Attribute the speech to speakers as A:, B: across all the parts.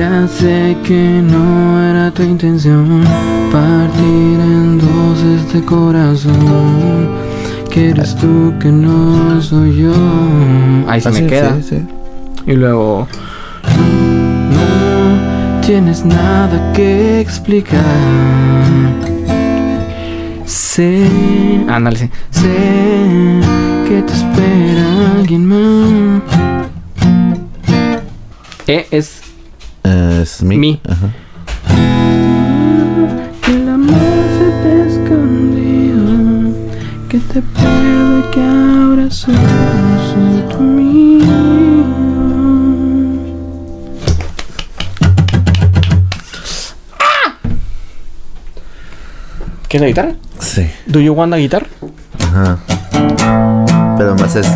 A: Ya sé que no era tu intención partir en dos este corazón. Que eres tú, que no soy yo. Ahí se me queda. Y luego. No tienes nada que explicar. Sé. Ándale, sí. sé que te espera alguien más.
B: E
A: Eh, es
C: Eh, es mi.
A: Mi.
C: Ajá.
A: Que el amor se te escondió, que te pierdo y que ahora solo soy tu mío.
B: ¿Qué es la guitarra?
C: Sí.
B: ¿Do you want a guitar?
C: Ajá. Pero más es.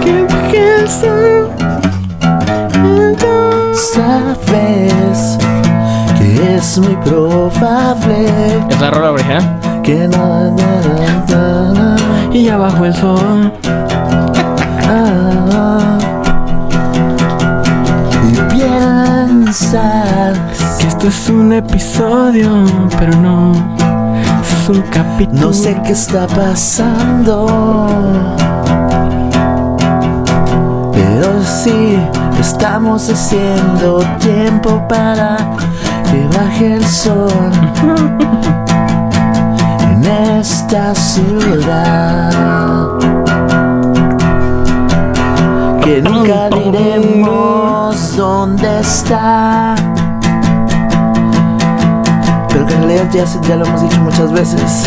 A: Que pienso en tu-
C: Sabes que es muy probable
B: Es la rola original.
C: que na, na, na, na, na,
A: Y ya bajo el sol,
C: ah, y piensas
A: que esto es un episodio, pero no es un capítulo.
C: no sé qué está pasando pero sí estamos haciendo tiempo para que baje el sol en esta ciudad que nunca diremos dónde está. Pero que en realidad ya, se- ya lo hemos dicho muchas veces.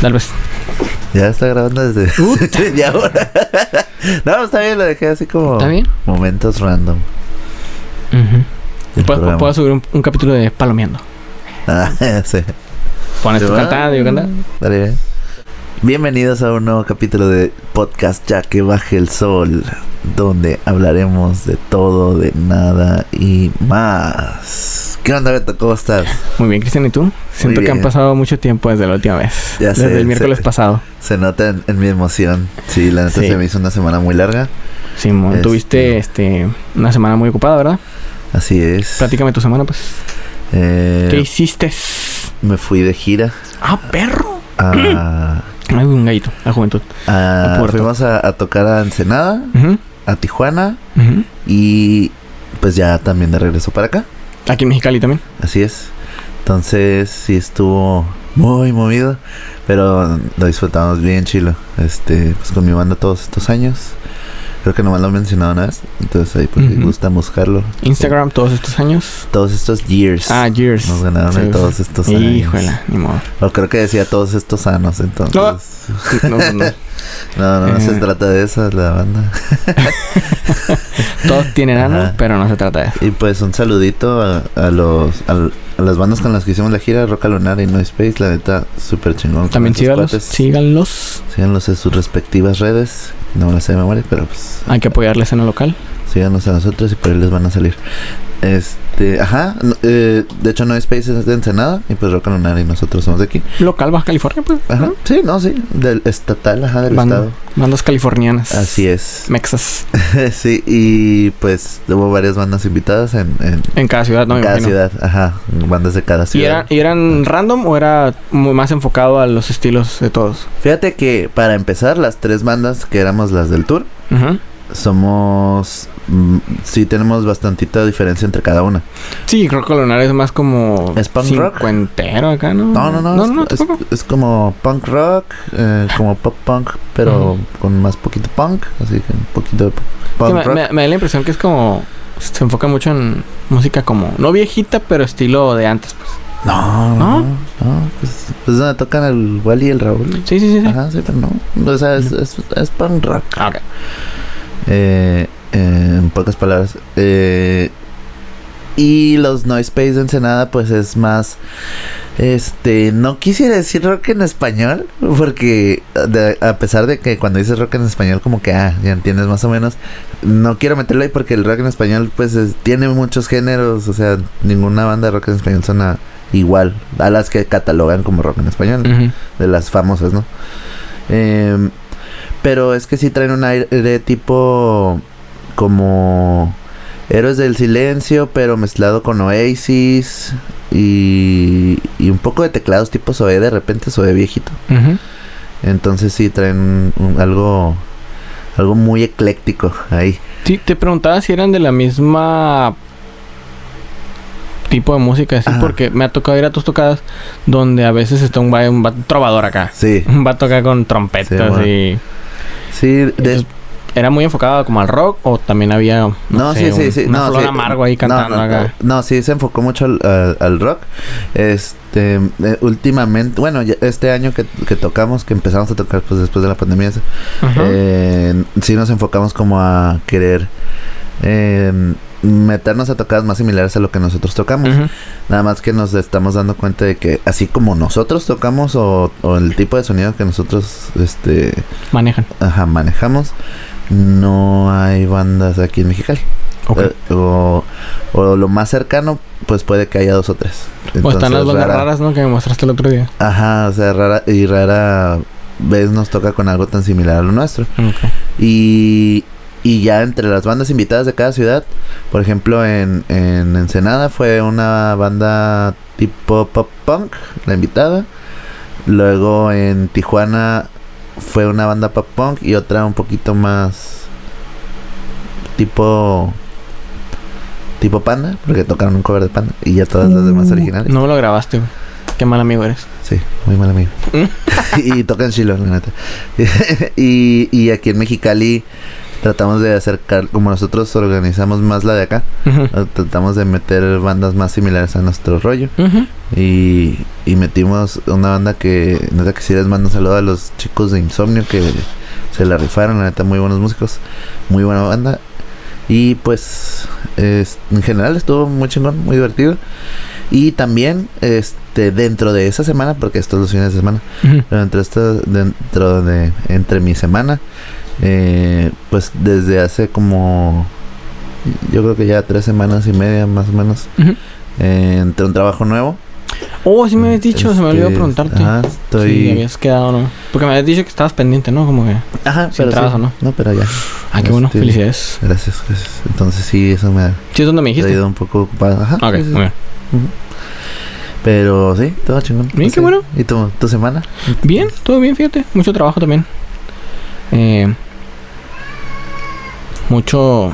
B: Tal vez.
C: Ya está grabando desde. y ahora. no, está bien, lo dejé así como.
B: ¿Está bien?
C: Momentos random. del
B: Puedo,
C: programa.
B: puedo subir un, un capítulo de Palomeando.
C: Ah, sí.
B: Pones tú
C: Ah.
B: cantando, yo cantando.
C: Dale, bien. Bienvenidos a un nuevo capítulo de podcast Ya que baje el sol, donde hablaremos de todo, de nada y más. ¿Qué onda, Beto? ¿Cómo estás?
B: Muy bien, Cristian, ¿y tú? Siento que
C: bien.
B: han pasado mucho tiempo desde la última vez.
C: Ya sé,
B: desde el miércoles
C: sé.
B: pasado.
C: Se nota en, en mi emoción. Sí, la neta
B: Sí.
C: se me hizo una semana muy larga.
B: Simón,
C: Este-
B: tuviste este, una semana muy ocupada, ¿verdad?
C: Así es.
B: Platícame tu semana, pues.
C: Eh,
B: ¿Qué hiciste?
C: me fui de gira
B: ¡Ah, perro!
C: a.
B: Hay un gallito, la juventud.
C: a-
B: A Puerto.
C: fuimos a, a tocar a Ensenada,
B: Ujú,
C: a Tijuana
B: ujú.
C: y pues ya también de regreso para acá.
B: Aquí en Mexicali también.
C: Así es. Entonces sí estuvo muy movido, pero lo disfrutamos bien chilo. Este, pues con mi banda todos estos años. Creo que nomás lo he mencionado una vez. Entonces ahí pues si
B: Ujú.
C: gustan buscarlo.
B: Instagram todos estos años.
C: Todos estos years.
B: Ah, Years.
C: Nos ganaron
B: Sí,
C: en
B: sí.
C: todos estos años.
B: Híjole, ni modo.
C: O creo que decía todos estos años, entonces.
B: No. No, no, no.
C: No, no, no se
B: Eh.
C: trata de eso, es la banda.
B: Todos tienen ano,
C: Ajá.
B: pero no se trata de eso.
C: Y pues un saludito a, a los a, a las bandas con las que hicimos la gira, Roca Lunar y No Space, la neta, súper chingón. con
B: También
C: esos
B: síganlos.
C: cuates.
B: Síganlos.
C: Síganos en sus respectivas redes. No me las sé de memoria, pero pues
B: Hay que apoyarles en lo local.
C: síganos a nosotros y por ahí les van a salir. Este, ajá, no, eh, de hecho No Space es de Ensenada y pues Roca Lunar y nosotros somos de aquí.
B: Local Baja California, pues.
C: Ajá, sí, no, sí, del estatal, ajá, del
B: Banda-
C: estado.
B: Bandas californianas.
C: Así es.
B: Mexas.
C: sí, y pues hubo varias bandas invitadas en, en
B: En cada ciudad, ¿no? Me
C: cada
B: imagino.
C: ciudad, ajá, bandas de cada
B: ¿Y,
C: ciudad.
B: era, ¿Y eran random o era mu- más enfocado a los estilos de todos?
C: Fíjate que para empezar, las tres bandas que éramos las del tour,
B: Ajá.
C: somos. mm, sí, tenemos bastantita diferencia entre cada una.
B: Sí, creo que Lunar es más como...
C: ¿Es punk rock?
B: cincuentero acá, ¿no?
C: No, no, no.
B: No,
C: es,
B: no,
C: es-
B: tampoco.
C: es como punk rock, eh, como pop punk, pero
B: Ujú.
C: con más poquito punk, así que un poquito de p-
B: Sí,
C: punk
B: me,
C: rock.
B: me- me da la impresión que es como... Se enfoca mucho en música como... No viejita, pero estilo de antes, pues. ¿No?
C: No, no. no, pues, pues donde tocan el Wally y el Raúl.
B: Sí, sí, sí. sí.
C: Ajá, sí, pero no. O sea, es, es, es punk rock.
B: Ah, ok.
C: Eh, eh, en pocas palabras. Eh, y los Noise Space de Ensenada, pues es más. Este, no quisiera decir rock en español, porque de- a pesar de que cuando dices rock en español, como que, ah, ya entiendes más o menos, no quiero meterlo ahí porque el rock en español, pues es- tiene muchos géneros, o sea, ninguna banda de rock en español suena igual a las que catalogan como rock en español
B: Ujú.
C: de las famosas, ¿no? Em, pero es que sí traen un aire tipo como Héroes del Silencio, pero mezclado con Oasis y, y un poco de teclados tipo Zoé, de repente Zoé viejito.
B: Ujú.
C: Entonces sí traen un- algo algo muy ecléctico ahí.
B: Sí, te preguntaba si eran de la misma tipo de música, así,
C: Ajá.
B: porque me ha tocado ir a tus tocadas donde a veces está un, va- un, va- un trovador acá.
C: Sí,
B: Un vato acá con trompetas
C: bueno.
B: y...
C: sí, de-
B: Entonces, ¿Era muy enfocado como al rock o también había... No,
C: No,
B: sé,
C: sí, sí,
B: un-
C: sí.
B: Una
C: no,
B: flor
C: sí.
B: amargo ahí
C: No,
B: cantando
C: no,
B: acá.
C: No, no, sí, se enfocó mucho al, al- al rock. Este, eh, últimamente, bueno, ya este año que, que tocamos, que empezamos a tocar pues después de la pandemia, eso,
B: Ajá.
C: eh, sí nos enfocamos como a querer eh, meternos a tocadas más similares a lo que nosotros tocamos.
B: Ujú.
C: Nada más que nos estamos dando cuenta de que así como nosotros tocamos o, o el tipo de sonido que nosotros este,
B: Manejan.
C: ajá, manejamos, no hay bandas aquí en Mexicali.
B: Ok.
C: Eh, o, o lo más cercano, pues puede que haya dos o tres.
B: o están las
C: Entonces,
B: bandas
C: rara-
B: raras, ¿no? Que me mostraste el otro día.
C: Ajá, o sea, rara y rara vez nos toca con algo tan similar a lo nuestro. Y, y ya entre las bandas invitadas de cada ciudad, por ejemplo, en, en Ensenada fue una banda tipo pop punk, la invitada. Luego en Tijuana fue una banda pop punk y otra un poquito más tipo tipo panda, porque tocaron un cover de panda y ya todas las demás originales.
B: No me lo grabaste, güey. Qué mal amigo eres.
C: Sí, muy mal amigo. y tocan Shiloh, la neta. y, y aquí en Mexicali tratamos de acercar, como nosotros organizamos más la de acá,
B: Ujú.
C: eh, tratamos de meter bandas más similares a nuestro rollo.
B: Ujú.
C: Y, y metimos una banda que, neta, que si les mando un saludo a los chicos de Insomnio que se la rifaron, la neta, muy buenos músicos, muy buena banda. Y pues, es- en general estuvo muy chingón, muy divertido. Y también, este, dentro de esa semana, porque estos los fines de semana,
B: Ujú.
C: pero entre esta- dentro de entre mi semana, eh, pues desde hace como yo creo que ya tres semanas y media más o menos,
B: Ujú.
C: eh, entré a un trabajo nuevo.
B: Oh, sí me habías dicho, se me olvidó
C: Este,
B: preguntarte.
C: Ajá,
B: Si
C: estoy.
B: habías quedado, ¿no? Porque me habías dicho que estabas pendiente, ¿no? Como que...
C: Ajá,
B: si
C: pero sí.
B: entrabas o no.
C: no. pero ya.
B: Ah, qué bueno.
C: Este,
B: Felicidades.
C: Gracias, gracias. Entonces sí, eso me ha
B: Sí, es donde me dijiste.
C: traído un poco ocupado. Ajá.
B: Ah, este? Ok,
C: sí, sí, sí.
B: muy bien.
C: Pero sí, todo chingón.
B: Bien, qué bueno.
C: ¿Y tu, tu semana?
B: Bien, todo bien, fíjate. Mucho trabajo también. Eh, mucho...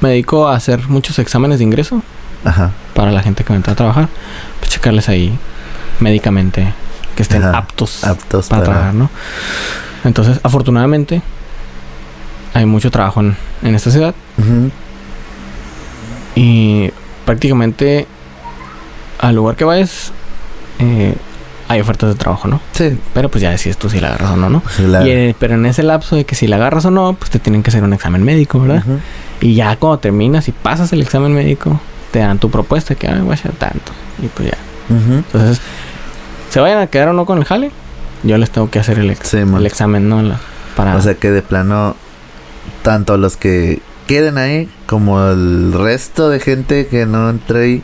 B: Me dedico a hacer muchos exámenes de ingreso
C: Ajá.
B: para la gente que me entra a trabajar. Pues checarles ahí médicamente que estén
C: Ajá.
B: aptos
C: Aptos
B: para
C: para.
B: trabajar, ¿no? Entonces, afortunadamente, hay mucho trabajo en, en esta ciudad
C: Ujú.
B: y prácticamente al lugar que vayas eh, hay ofertas de trabajo, ¿no?
C: Sí,
B: Pero pues ya decides tú si la agarras o no, ¿no?
C: pues, la-
B: Y, eh, pero en ese lapso de que si la agarras o no, pues te tienen que hacer un examen médico, ¿verdad?
C: Ujú.
B: Y ya cuando terminas y pasas el examen médico, te dan tu propuesta que, ay, voy a hacer tanto. Y pues ya.
C: Ujú.
B: Entonces, se vayan a quedar o no con el jale, yo les tengo que hacer el, ex-
C: Sí, man.
B: el examen, ¿no? La- para...
C: O sea que de plano, tanto los que queden ahí como el resto de gente que no entra ahí,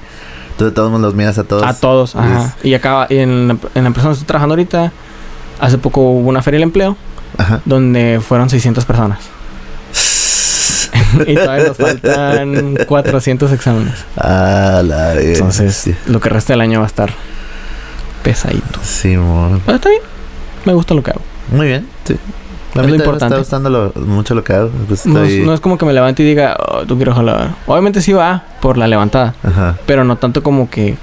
C: tú de todos modos los miras a todos.
B: A todos, ajá. Y acaba, y en, la, en la empresa donde estoy trabajando ahorita, hace poco hubo una feria del empleo
C: Ajá.
B: donde fueron 600 personas. Y todavía nos faltan 400 exámenes.
C: Ah, la verga.
B: Entonces, lo que resta del año va a estar pesadito.
C: Sí, amor.
B: Pero está bien. Me gusta lo que hago.
C: Muy bien, sí. A
B: Es
C: mí
B: lo
C: también
B: importante.
C: me está gustando lo- mucho lo que hago. Pues
B: No, es-
C: estoy-
B: no es como que me levante y diga, "Oh, tú quiero jalar. Obviamente sí va por la levantada,
C: Ajá.
B: pero no tanto como que...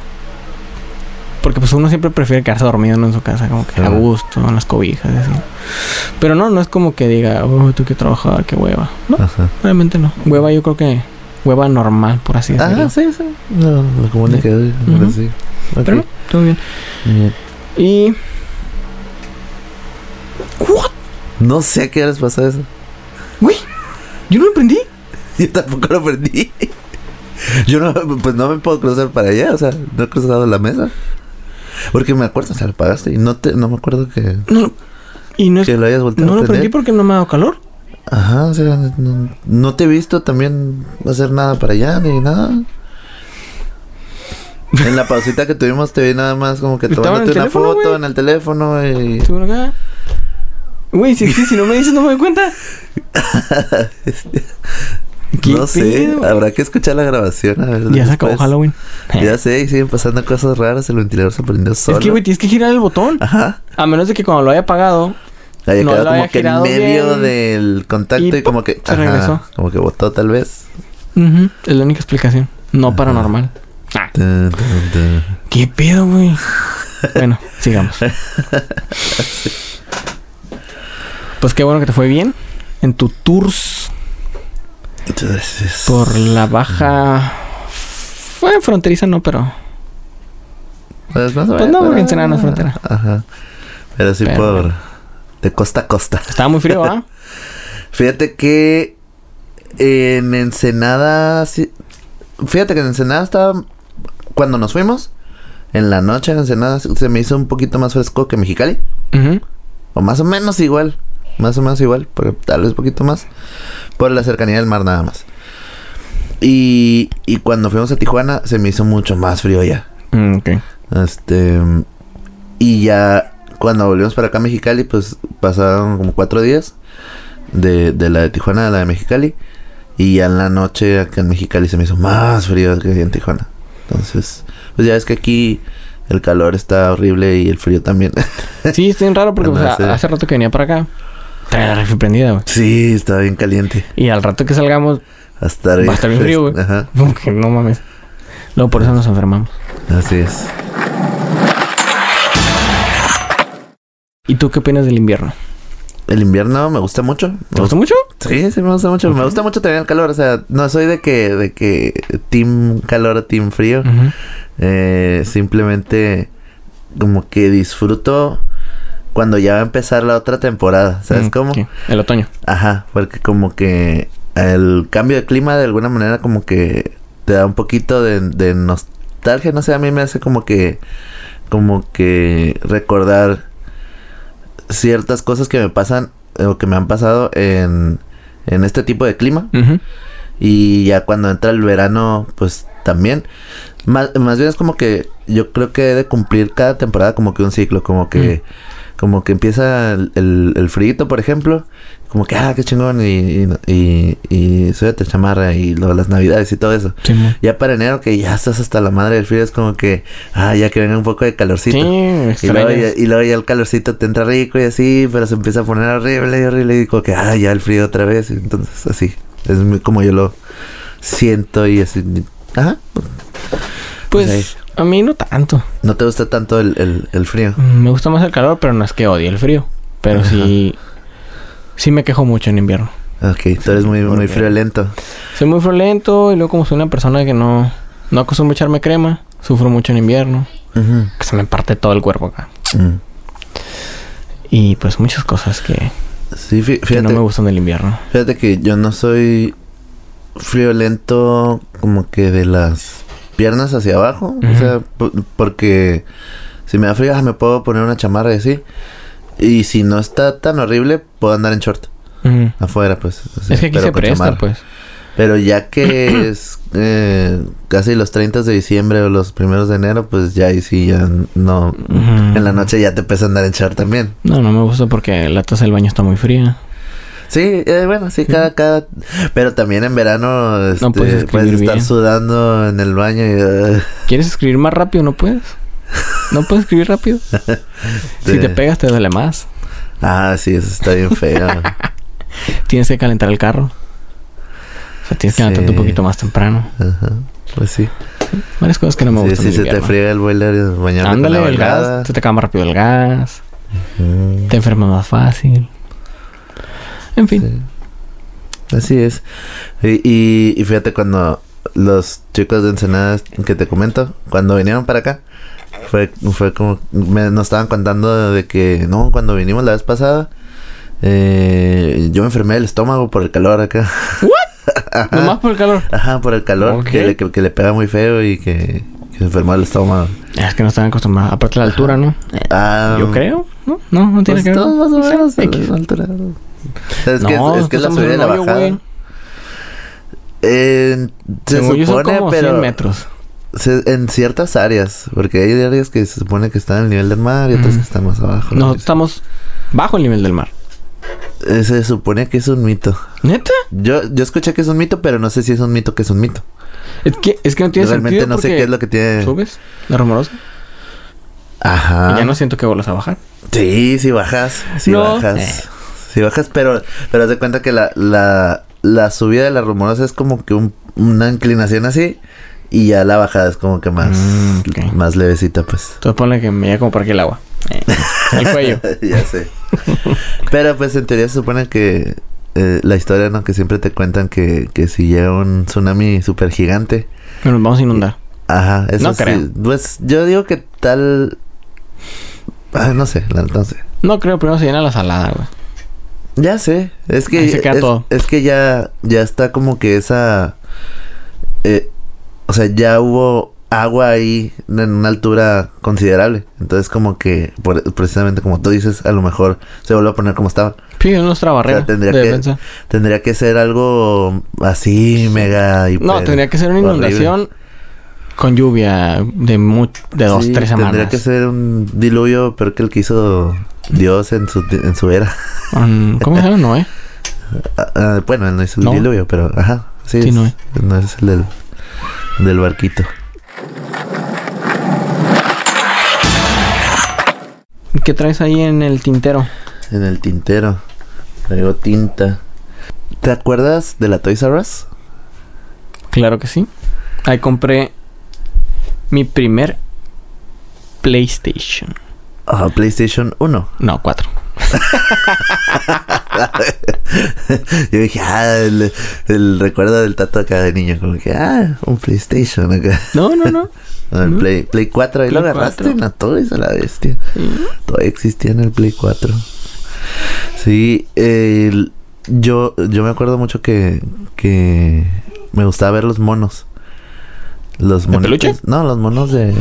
B: Porque pues uno siempre prefiere quedarse dormido ¿no? en su casa, como que a
C: Ajá.
B: gusto, en las cobijas y así. Pero no, no es como que diga, oh, tú que trabajar, qué hueva. No,
C: Ajá.
B: Realmente no. Hueva
C: Ah,
B: yo creo que... Hueva normal, por así decirlo.
C: Ajá, sí, sí. Lo, lo común de que doy,
B: Ujú.
C: sí. Ok,
B: Pero no, todo bien.
C: bien.
B: Y. ¿What?
C: No sé a qué horas pasó eso.
B: Güey, yo no lo aprendí.
C: Yo tampoco lo aprendí. Yo no, pues no me puedo cruzar para allá, o sea, no he cruzado la mesa. Porque me acuerdo, o sea, lo pagaste y no, te, no me acuerdo que,
B: No lo- Y no es.
C: que lo hayas volteado
B: No lo
C: a prender.
B: aprendí porque no me ha dado calor.
C: Ajá, o sea, no, no te he visto también hacer nada para allá ni nada. En la pausita que tuvimos te vi nada más como que
B: Estaba en el
C: tomándote una
B: teléfono,
C: foto
B: güey.
C: en el teléfono y...
B: Estuve acá. Güey, si, si no me dices, no me doy cuenta. ¿Qué
C: no sé,
B: pedo?
C: habrá que escuchar la grabación. A ver,
B: Ya se
C: después.
B: acabó Halloween.
C: Ya sé, y siguen pasando cosas raras, el ventilador se prendió solo. Ah.
B: Es que, güey, tienes que girar el botón.
C: Ajá.
B: A menos de que cuando lo haya apagado,
C: Ahí
B: No
C: quedó
B: lo
C: como
B: había
C: que en
B: girado
C: medio
B: bien.
C: del contacto y,
B: Y
C: como que...
B: se regresó.
C: Como que botó tal vez.
B: ujú, es la única explicación. No paranormal. Ah,
C: Tun, tun, tun.
B: ¿Qué pedo, güey? Bueno, sigamos. Pues qué bueno que te fue bien en tu tours
C: Entonces,
B: por la baja. Fue fronteriza, no, pero.
C: Pues, más o
B: Pues
C: menos.
B: no, porque Ensenada no es frontera.
C: Ajá. Pero sí
B: Pero-
C: por... De costa a costa.
B: Estaba muy frío, ¿ah?
C: Fíjate que en Ensenada, sí- fíjate que en Ensenada estaba, cuando nos fuimos, en la noche en Ensenada se se me hizo un poquito más fresco que Mexicali,
B: Ujú.
C: o más o menos igual, más o menos igual, pero tal vez poquito más, por la cercanía del mar nada más. Y, y cuando fuimos a Tijuana se me hizo mucho más frío ya.
B: Mm, ok.
C: Este. Y ya cuando volvimos para acá a Mexicali, pues pasaron como cuatro días. De, de la de Tijuana a la de Mexicali. Y ya en la noche acá en Mexicali se me hizo más frío que en Tijuana. Entonces, pues ya ves que aquí el calor está horrible y el frío también.
B: Sí, está bien raro porque o sea,
C: Además, eh.
B: hace rato que venía para acá. Traía la refri prendida, güey.
C: sí, está bien caliente.
B: Y al rato que salgamos,
C: Va a estar
B: Va a estar bien
C: fres-
B: frío, güey.
C: Ajá,
B: como que no mames. Luego por eso nos enfermamos.
C: así es.
B: ¿Y tú qué opinas del invierno?
C: El invierno me gusta mucho.
B: ¿Te
C: Me
B: gusta mucho?
C: Sí, sí me gusta mucho. Me gusta mucho también el calor. O sea, no soy de que, de que team calor, team frío.
B: Ujú.
C: Eh, simplemente como que disfruto cuando ya va a empezar la otra temporada. ¿Sabes
B: Mm,
C: cómo?
B: sí, El otoño.
C: Ajá, porque como que el cambio de clima de alguna manera como que te da un poquito de, de nostalgia, no sé, a mí me hace como que como que recordar ciertas cosas que me pasan eh, o que me han pasado en en este tipo de clima
B: Ujú.
C: y ya cuando entra el verano pues también más, más bien es como que yo creo que he de cumplir cada temporada como que un ciclo, como que como que empieza el, el, frío, por ejemplo, como que ah, qué chingón y, y, y, y suéter, chamarra y luego las navidades y todo eso.
B: Sí, mo-
C: Ya para enero que ya estás hasta la madre del frío es como que ah, ya que venga un poco de
B: sí,
C: calorcito. Y
B: extrañas.
C: luego, ya, y luego ya el calorcito te entra rico y así, pero se empieza a poner horrible y horrible y como que, ah, ya el frío otra vez. y Entonces, así. Es muy como yo lo siento y así. Ajá.
B: Pues a mí no tanto.
C: No te gusta tanto el, el, el frío.
B: Mm, Me gusta más el calor, pero no es que odie el frío. Pero
C: Ajá.
B: sí. Sí me quejo mucho en invierno.
C: Ok, tú eres muy, muy friolento.
B: Soy muy friolento y luego como soy una persona que no, no acostumbro a echarme crema, sufro mucho en invierno.
C: Ujú.
B: Que se me parte todo el cuerpo acá.
C: Mm.
B: Y pues muchas cosas que,
C: Sí, fí-
B: que
C: fíjate.
B: no me gustan del invierno.
C: Fíjate que yo no soy friolento como que de las piernas hacia abajo. O
B: Ujú.
C: sea, po- porque si me da frío, ah, me puedo poner una chamarra y así. Y si no está tan horrible, puedo andar en short
B: Ujú.
C: afuera, pues. o sea,
B: es que aquí
C: pero
B: se
C: con
B: presta,
C: chamarra.
B: pues.
C: Pero ya que es eh, casi los 30 de diciembre o los primeros de enero, pues ya ahí sí, ya no.
B: Ujú.
C: En la noche ya te pesa andar en short también.
B: No, no me gusta porque la taza del baño está muy fría.
C: Sí, eh, bueno, sí, cada, cada... Pero también en verano este,
B: puedes
C: puedes,
B: escribir
C: estar
B: bien.
C: sudando en el baño y... eh,
B: ¿Quieres escribir más rápido? ¿No puedes? ¿No puedes escribir rápido? Si te pegas te duele más.
C: Ah, sí, eso está bien feo.
B: Tienes que calentar el carro. O sea, tienes que levantarte
C: Sí.
B: un poquito más temprano.
C: Ajá, Pues sí.
B: Varias cosas que no me
C: Sí,
B: gustan.
C: sí,
B: del
C: se te
B: invierno.
C: fría el boiler bañarte
B: Ándale,
C: con
B: el
C: la Mm.
B: gas.
C: gas.
B: Se te acaba más rápido el gas. Te enfermas más fácil. En fin.
C: Así es. Y, y, y fíjate cuando los chicos de Ensenada que te comento, cuando vinieron para acá, Fue, fue como. me- nos estaban contando de que, no, cuando vinimos la vez pasada, eh, yo me enfermé del estómago por el calor acá.
B: Nomás por el calor.
C: Ajá, por el calor
B: Ok.
C: que, le, que, que le pega muy feo y que, que se enfermó el estómago.
B: Es que no están acostumbrados. Aparte la altura, ¿no?
C: Ah,
B: Eh, Yo creo. No, no, no tiene
C: pues
B: que ver.
C: todo más o menos a
B: X.
C: la altura. Es que,
B: No,
C: es que
B: nosotros
C: la
B: estamos
C: subida y
B: en
C: la
B: un hoyo,
C: bajada.
B: güey.
C: Eh, se
B: Según yo, son
C: supone,
B: como 100
C: pero
B: metros.
C: se- en ciertas áreas, porque hay áreas que se supone que están al nivel del mar y otras
B: Ujú.
C: que están más abajo.
B: Nosotros estamos bajo el nivel del mar.
C: Eh, se supone que es un mito.
B: ¿Neta?
C: Yo, yo escuché que es un mito, pero no sé si es un mito que es un mito.
B: Es que, es que no tiene
C: Realmente
B: sentido
C: no sé
B: porque
C: qué es lo que tiene.
B: subes la rumorosa
C: Ajá.
B: y ya no siento que vuelvas a bajar.
C: Sí, sí bajas. Sí
B: No. Eh.
C: bajas. Sí bajas, pero, pero haz de cuenta que la, la, la subida de la rumorosa es como que un- una inclinación así. Y ya la bajada es como que más,
B: Mm, ok.
C: más levecita, pues.
B: Entonces ponle que me llega como para aquí el agua. Eh, el cuello.
C: ya sé. Pero pues en teoría se supone que eh, la historia, ¿no? Que siempre te cuentan que, que si llega un tsunami súper gigante.
B: Pero nos vamos a inundar.
C: Ajá, eso
B: No
C: sí.
B: creo.
C: Pues yo digo que tal. Ah, no sé, la- no sé.
B: No creo, primero se llena la salada, güey.
C: Ya sé, es que
B: Ahí se queda
C: es,
B: todo.
C: es que ya ya está como que esa eh, o sea, ya hubo agua ahí en una altura considerable. Entonces como que por- precisamente como tú dices, a lo mejor se vuelve a poner como estaba.
B: Sí, es nuestra barrera
C: O sea, tendría
B: de
C: que-
B: defensa.
C: Tendría que ser algo así mega hiper-
B: No, tendría que ser una
C: horrible.
B: inundación con lluvia de much- de dos,
C: Sí,
B: tres semanas.
C: Tendría que ser un diluvio peor que el que hizo Dios en su en su era.
B: Mm, ¿Cómo se llama? Noé.
C: Ah, ah, bueno, él no hizo el
B: No.
C: diluvio, pero ajá, sí,
B: Sí,
C: es-
B: no es.
C: no es el del, del barquito.
B: ¿Qué traes ahí en el tintero?
C: En el tintero. Traigo tinta. ¿Te acuerdas de la Toys R Us?
B: Claro que sí. Ahí compré mi primer PlayStation.
C: Ah, PlayStation 1.
B: No, cuatro.
C: Yo dije, ah, el, el recuerdo del tato acá de niño. Como que, ah, un PlayStation acá.
B: No, no, no.
C: No, el
B: No.
C: Play, Play 4. Ahí lo
B: Play
C: agarraste
B: 4.
C: en la Toys a la bestia.
B: Sí.
C: Todavía existía en el Play 4. Sí, el- yo, yo me acuerdo mucho que, que me gustaba ver los monos. Los
B: ¿De
C: monitos-
B: peluche?
C: No, los monos de.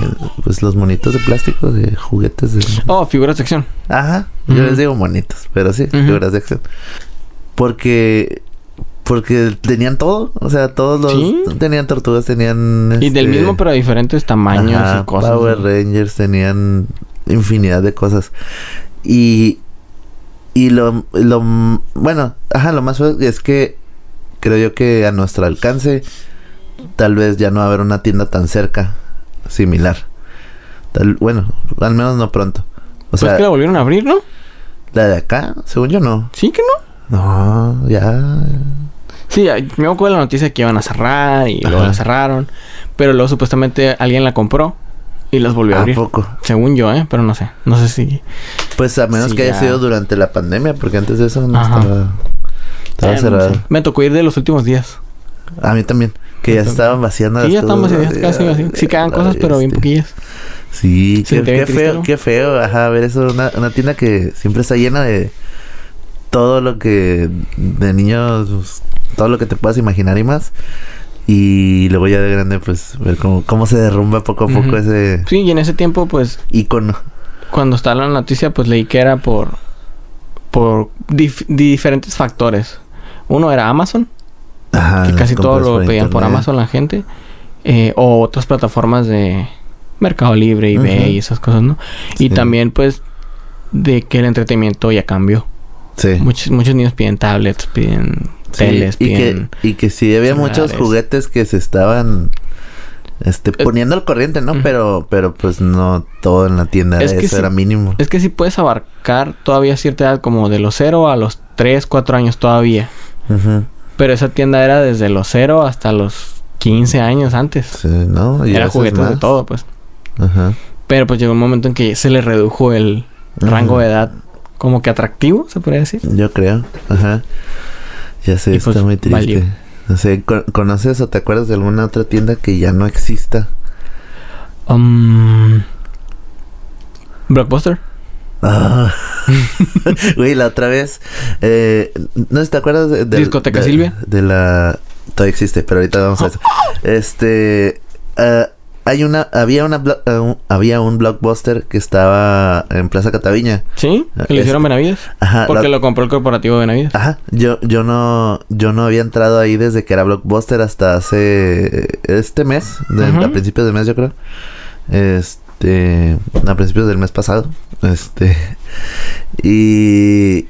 C: Pues los monitos de plástico, de juguetes. De,
B: Oh, figuras de acción.
C: ajá, yo
B: Ujú.
C: les digo monitos, pero sí,
B: Ujú.
C: figuras de acción. Porque. Porque tenían todo, o sea, todos los.
B: Sí.
C: Tenían tortugas, tenían.
B: Y del
C: este,
B: mismo, pero de diferentes tamaños
C: Ajá,
B: y cosas. Pues
C: Power Rangers tenían infinidad de cosas. Y. Y lo, lo. Bueno, ajá, lo más feo es que creo yo que a nuestro alcance, tal vez ya no va a haber una tienda tan cerca similar. Tal- bueno, al menos no pronto. O
B: pues
C: sea,
B: que la volvieron a abrir, ¿no?
C: la de acá, según yo no.
B: Sí que no.
C: No, ya.
B: Sí, ah, me acuerdo de la noticia que iban a cerrar y luego
C: Ajá.
B: la cerraron. Pero luego supuestamente alguien la compró y las volvió a
C: A
B: abrir.
C: poco.
B: Según yo, ¿eh? Pero no sé. No sé si...
C: Pues a menos
B: Sí,
C: que haya
B: ya.
C: sido durante la pandemia, porque antes de eso no
B: Ajá.
C: estaba. Estaba
B: Eh, no
C: cerrado.
B: sé. Me tocó ir de los últimos días.
C: A mí también. Que ya estaban vaciando
B: Sí, ya
C: las cosas,
B: estamos
C: la
B: casi
C: vida,
B: así. Sí quedan
C: la
B: cosas, pero bien
C: bestia.
B: poquillas.
C: Sí,
B: Se
C: qué,
B: te ve
C: qué
B: triste,
C: feo,
B: ¿no?
C: qué feo. Ajá, ver eso. Una, una tienda que siempre está llena de todo lo que de niños, pues, todo lo que te puedas imaginar y más. Y luego ya de grande, pues, ver cómo, cómo se derrumba poco a poco
B: Ujú.
C: ese
B: Sí, y en ese tiempo, pues,
C: icono.
B: cuando estaba la noticia, pues leí que era por por dif- diferentes factores. Uno era Amazon,
C: Ajá,
B: que
C: las
B: casi todo
C: compras
B: lo pedían por
C: internet.
B: Amazon la gente, eh, o otras plataformas de Mercado Libre, eBay
C: Ujú.
B: y esas cosas, ¿no? Y
C: Sí.
B: también, pues, de que el entretenimiento ya cambió.
C: Sí.
B: Muchos, muchos niños piden tablets, piden
C: Sí,
B: teles,
C: y que,
B: piden...
C: y que sí había muchos
B: celulares.
C: juguetes que se estaban este poniendo al corriente, ¿no?
B: Ujú.
C: Pero pero pues no todo en la tienda
B: Es que
C: eso
B: sí.
C: era mínimo.
B: Es que si puedes abarcar todavía cierta edad, como de los 0 a los 3, 4 años todavía.
C: Ujú.
B: Pero esa tienda era desde los 0 hasta los 15 años antes.
C: Sí, ¿no? Y a
B: Era
C: veces
B: juguetes de
C: más.
B: todo, pues.
C: Ajá.
B: Pero pues llegó un momento en que se le redujo el rango
C: Ujú.
B: de edad como que atractivo, se podría decir.
C: Yo creo. Ajá. Ya sé,
B: Y,
C: está
B: pues,
C: muy triste.
B: valió.
C: No sé, ¿con- ¿conoces o te acuerdas de alguna otra tienda que ya no exista?
B: Um, Blockbuster.
C: Ah. Güey, la otra vez. eh, ¿No te acuerdas de. de-
B: ¿Discoteca
C: de-
B: Silvia?
C: De la. Todavía existe, pero ahorita vamos a eso. Este. ah, hay una. Había una. blo- ah, un- había un blockbuster que estaba en Plaza Cataviña.
B: ¿Sí?
C: Ah,
B: Que le hicieron Benavides.
C: Ajá.
B: Porque
C: la-
B: lo compró el corporativo de Benavides.
C: Ajá, yo, yo no, yo no había entrado ahí desde que era Blockbuster hasta hace eh, este mes, de-
B: Ujú.
C: a principios del mes yo creo. Este, a principios del mes pasado. Este. Y,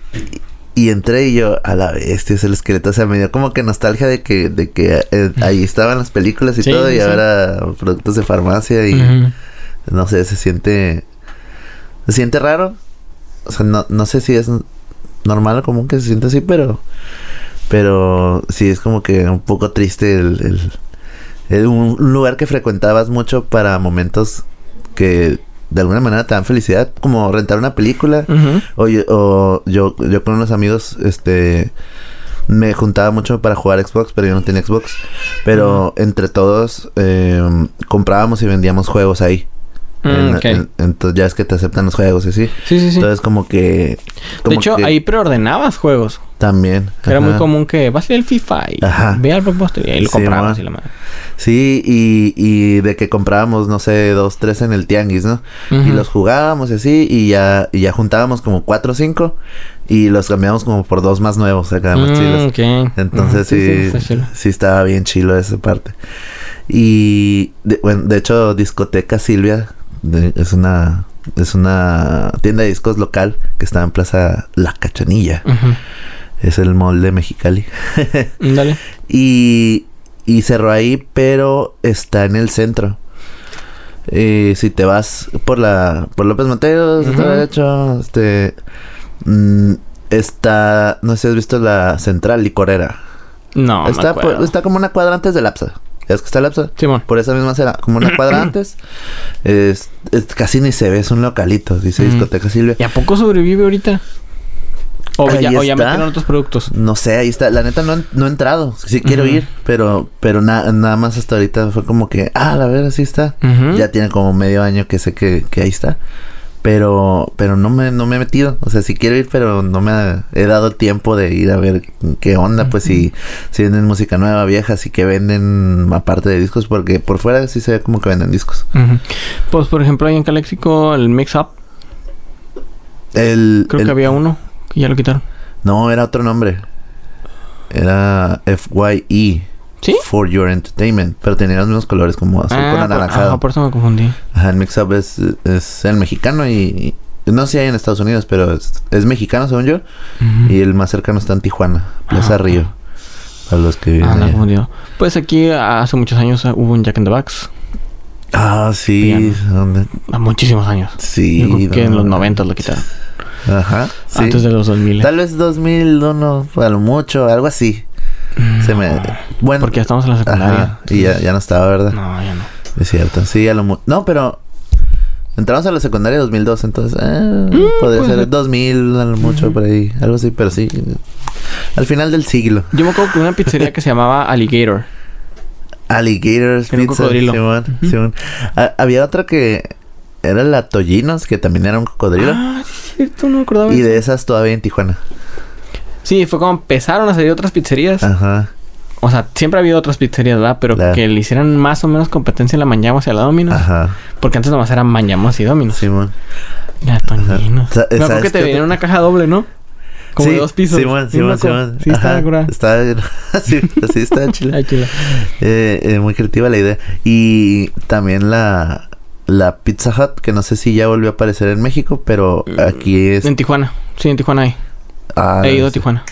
C: y entré y yo, a la bestia es el esqueleto. O sea, me dio como que nostalgia de que, de que eh, ahí estaban las películas y
B: Sí,
C: todo, y
B: sí.
C: ahora productos de farmacia y
B: Ujú.
C: no sé, se siente. Se siente raro. O sea, no, no sé si es normal o común que se siente así, pero. Pero sí es como que un poco triste el. el- el- un lugar que frecuentabas mucho para momentos que de alguna manera te dan felicidad, como rentar una película.
B: Ujú.
C: O, yo- o yo, yo con unos amigos, este. Me juntaba mucho para jugar Xbox, pero yo no tenía Xbox. Pero entre todos eh, comprábamos y vendíamos juegos ahí.
B: Mm,
C: En-
B: ok.
C: en- entonces ya es que te aceptan los juegos y así.
B: sí, sí, sí.
C: Entonces como que...
B: de
C: como
B: hecho,
C: que
B: ahí preordenabas juegos.
C: También.
B: Que era
C: ajá.
B: muy común que vas a ir al FIFA y
C: Ajá.
B: ve al Blockbuster y ahí lo
C: Sí,
B: comprabas
C: ma.
B: y la madre.
C: Sí, y, y de que comprábamos, no sé, dos, tres en el tianguis, ¿no? Y
B: Ujú.
C: los jugábamos y así, y ya, y ya juntábamos como cuatro o cinco, y los cambiamos como por dos más nuevos acá, más
B: Mm,
C: chilos.
B: ok. Ujú,
C: Entonces sí,
B: está
C: sí,
B: chido.
C: estaba bien chilo esa parte. Y de, bueno, de hecho, discoteca Silvia de- es una es una tienda de discos local que está en Plaza La Cachanilla.
B: Ujú.
C: Es el mall de Mexicali.
B: Dale.
C: Y, y cerró ahí, pero está en el centro. Eh, si te vas por la por López Mateos, está
B: Ujú.
C: derecho, este mm, está no sé si has visto la central licorera.
B: No, me
C: Está,
B: acuerdo.
C: por- está como una cuadra antes del Lapsa. ¿Sabes que está el Lapsa?
B: Simón.
C: Por esa misma será como una cuadra antes. Es, es- casi ni se ve, es un localito, dice
B: Ujú.
C: Discoteca Silvia.
B: ¿Y a poco sobrevive ahorita? O
C: Ahí
B: ya, o ya
C: está.
B: metieron otros productos.
C: No sé, ahí está. La neta no, he- no he entrado. Sí quiero
B: Ujú.
C: ir, pero pero na- nada más hasta ahorita fue como que, ah, la ver, así está.
B: Ujú.
C: Ya tiene como medio año que sé que, que ahí está. Pero pero no me, no me he metido. O sea, sí quiero ir, pero no me ha- he dado el tiempo de ir a ver qué onda. Pues si, si venden música nueva, vieja, si que venden aparte de discos, porque por fuera sí se ve como que venden discos.
B: Ujú. Pues, por ejemplo, ahí en Caléxico, el Mix Up,
C: El,
B: creo
C: el-
B: que había uno que ya lo quitaron.
C: No, era otro nombre. Era FYE.
B: ¿Sí?
C: For Your Entertainment. Pero tenía los mismos colores como azul con
B: Ah, por,
C: anaranjado.
B: ajá, pues. por eso me confundí.
C: Ajá, el mix-up es, es el mexicano y, y- No sé si hay en Estados Unidos, pero es, es mexicano según yo.
B: Ujú.
C: Y el más cercano está en Tijuana, Plaza
B: Ah.
C: Río. Para los que viven
B: Ah, me
C: allá.
B: confundido. Pues aquí hace muchos años ah, hubo un Jack in the Box.
C: Ah, sí. ¿dónde?
B: A muchísimos años.
C: Sí.
B: Yo creo que en
C: no.
B: los 90 lo quitaron.
C: Ajá. Sí.
B: Antes de los eh, 2000.
C: Tal vez 2001, a lo mucho, algo así. Se me...
B: Ah,
C: Bueno.
B: Porque ya estamos en la secundaria.
C: Ajá, y ya, ya no estaba, ¿verdad?
B: No, ya no.
C: Es cierto, sí, a lo mu- No, pero entramos a la secundaria 2002, entonces eh, podría
B: puede
C: ser
B: ser.
C: 2000, a lo mucho por ahí, algo así, pero sí, al final del siglo.
B: Yo me acuerdo que una pizzería que se llamaba Alligator.
C: Alligators,
B: Era un
C: pizza,
B: cocodrilo.
C: Simón, Simón. Ah, había otra que era la Tollinos, que también era un cocodrilo,
B: Ah, sí, es cierto, no me acordaba.
C: y de esas todavía en Tijuana.
B: Sí, fue como empezaron a salir otras
C: Ah,
B: pizzerías.
C: Ajá.
B: O sea, siempre ha habido otras pizzerías, ¿verdad? Pero
C: Claro. Ah.
B: que le hicieran más o menos competencia a la Manllamos y a la Domino's.
C: Ajá,
B: Porque antes nomás eran Manllamos y Domino's.
C: Simón.
B: La Toñinos.
C: Sa-
B: Me acuerdo
C: ¿sabes
B: que te
C: qué
B: venía
C: otra-
B: una caja doble, ¿no? Como de dos pisos.
C: Simón,
B: Sí,
C: Simón,
B: loco.
C: Simón.
B: Sí, está
C: Ajá,
B: curada.
C: Está, sí, sí, está chila.
B: Ay, chila.
C: Eh, eh, muy creativa la idea. Y también la, la Pizza Hut, que no sé si ya volvió a aparecer en México, pero aquí es...
B: Mm, En Tijuana. Sí, en Tijuana hay.
C: ah,
B: He ido a
C: sí.
B: Tijuana.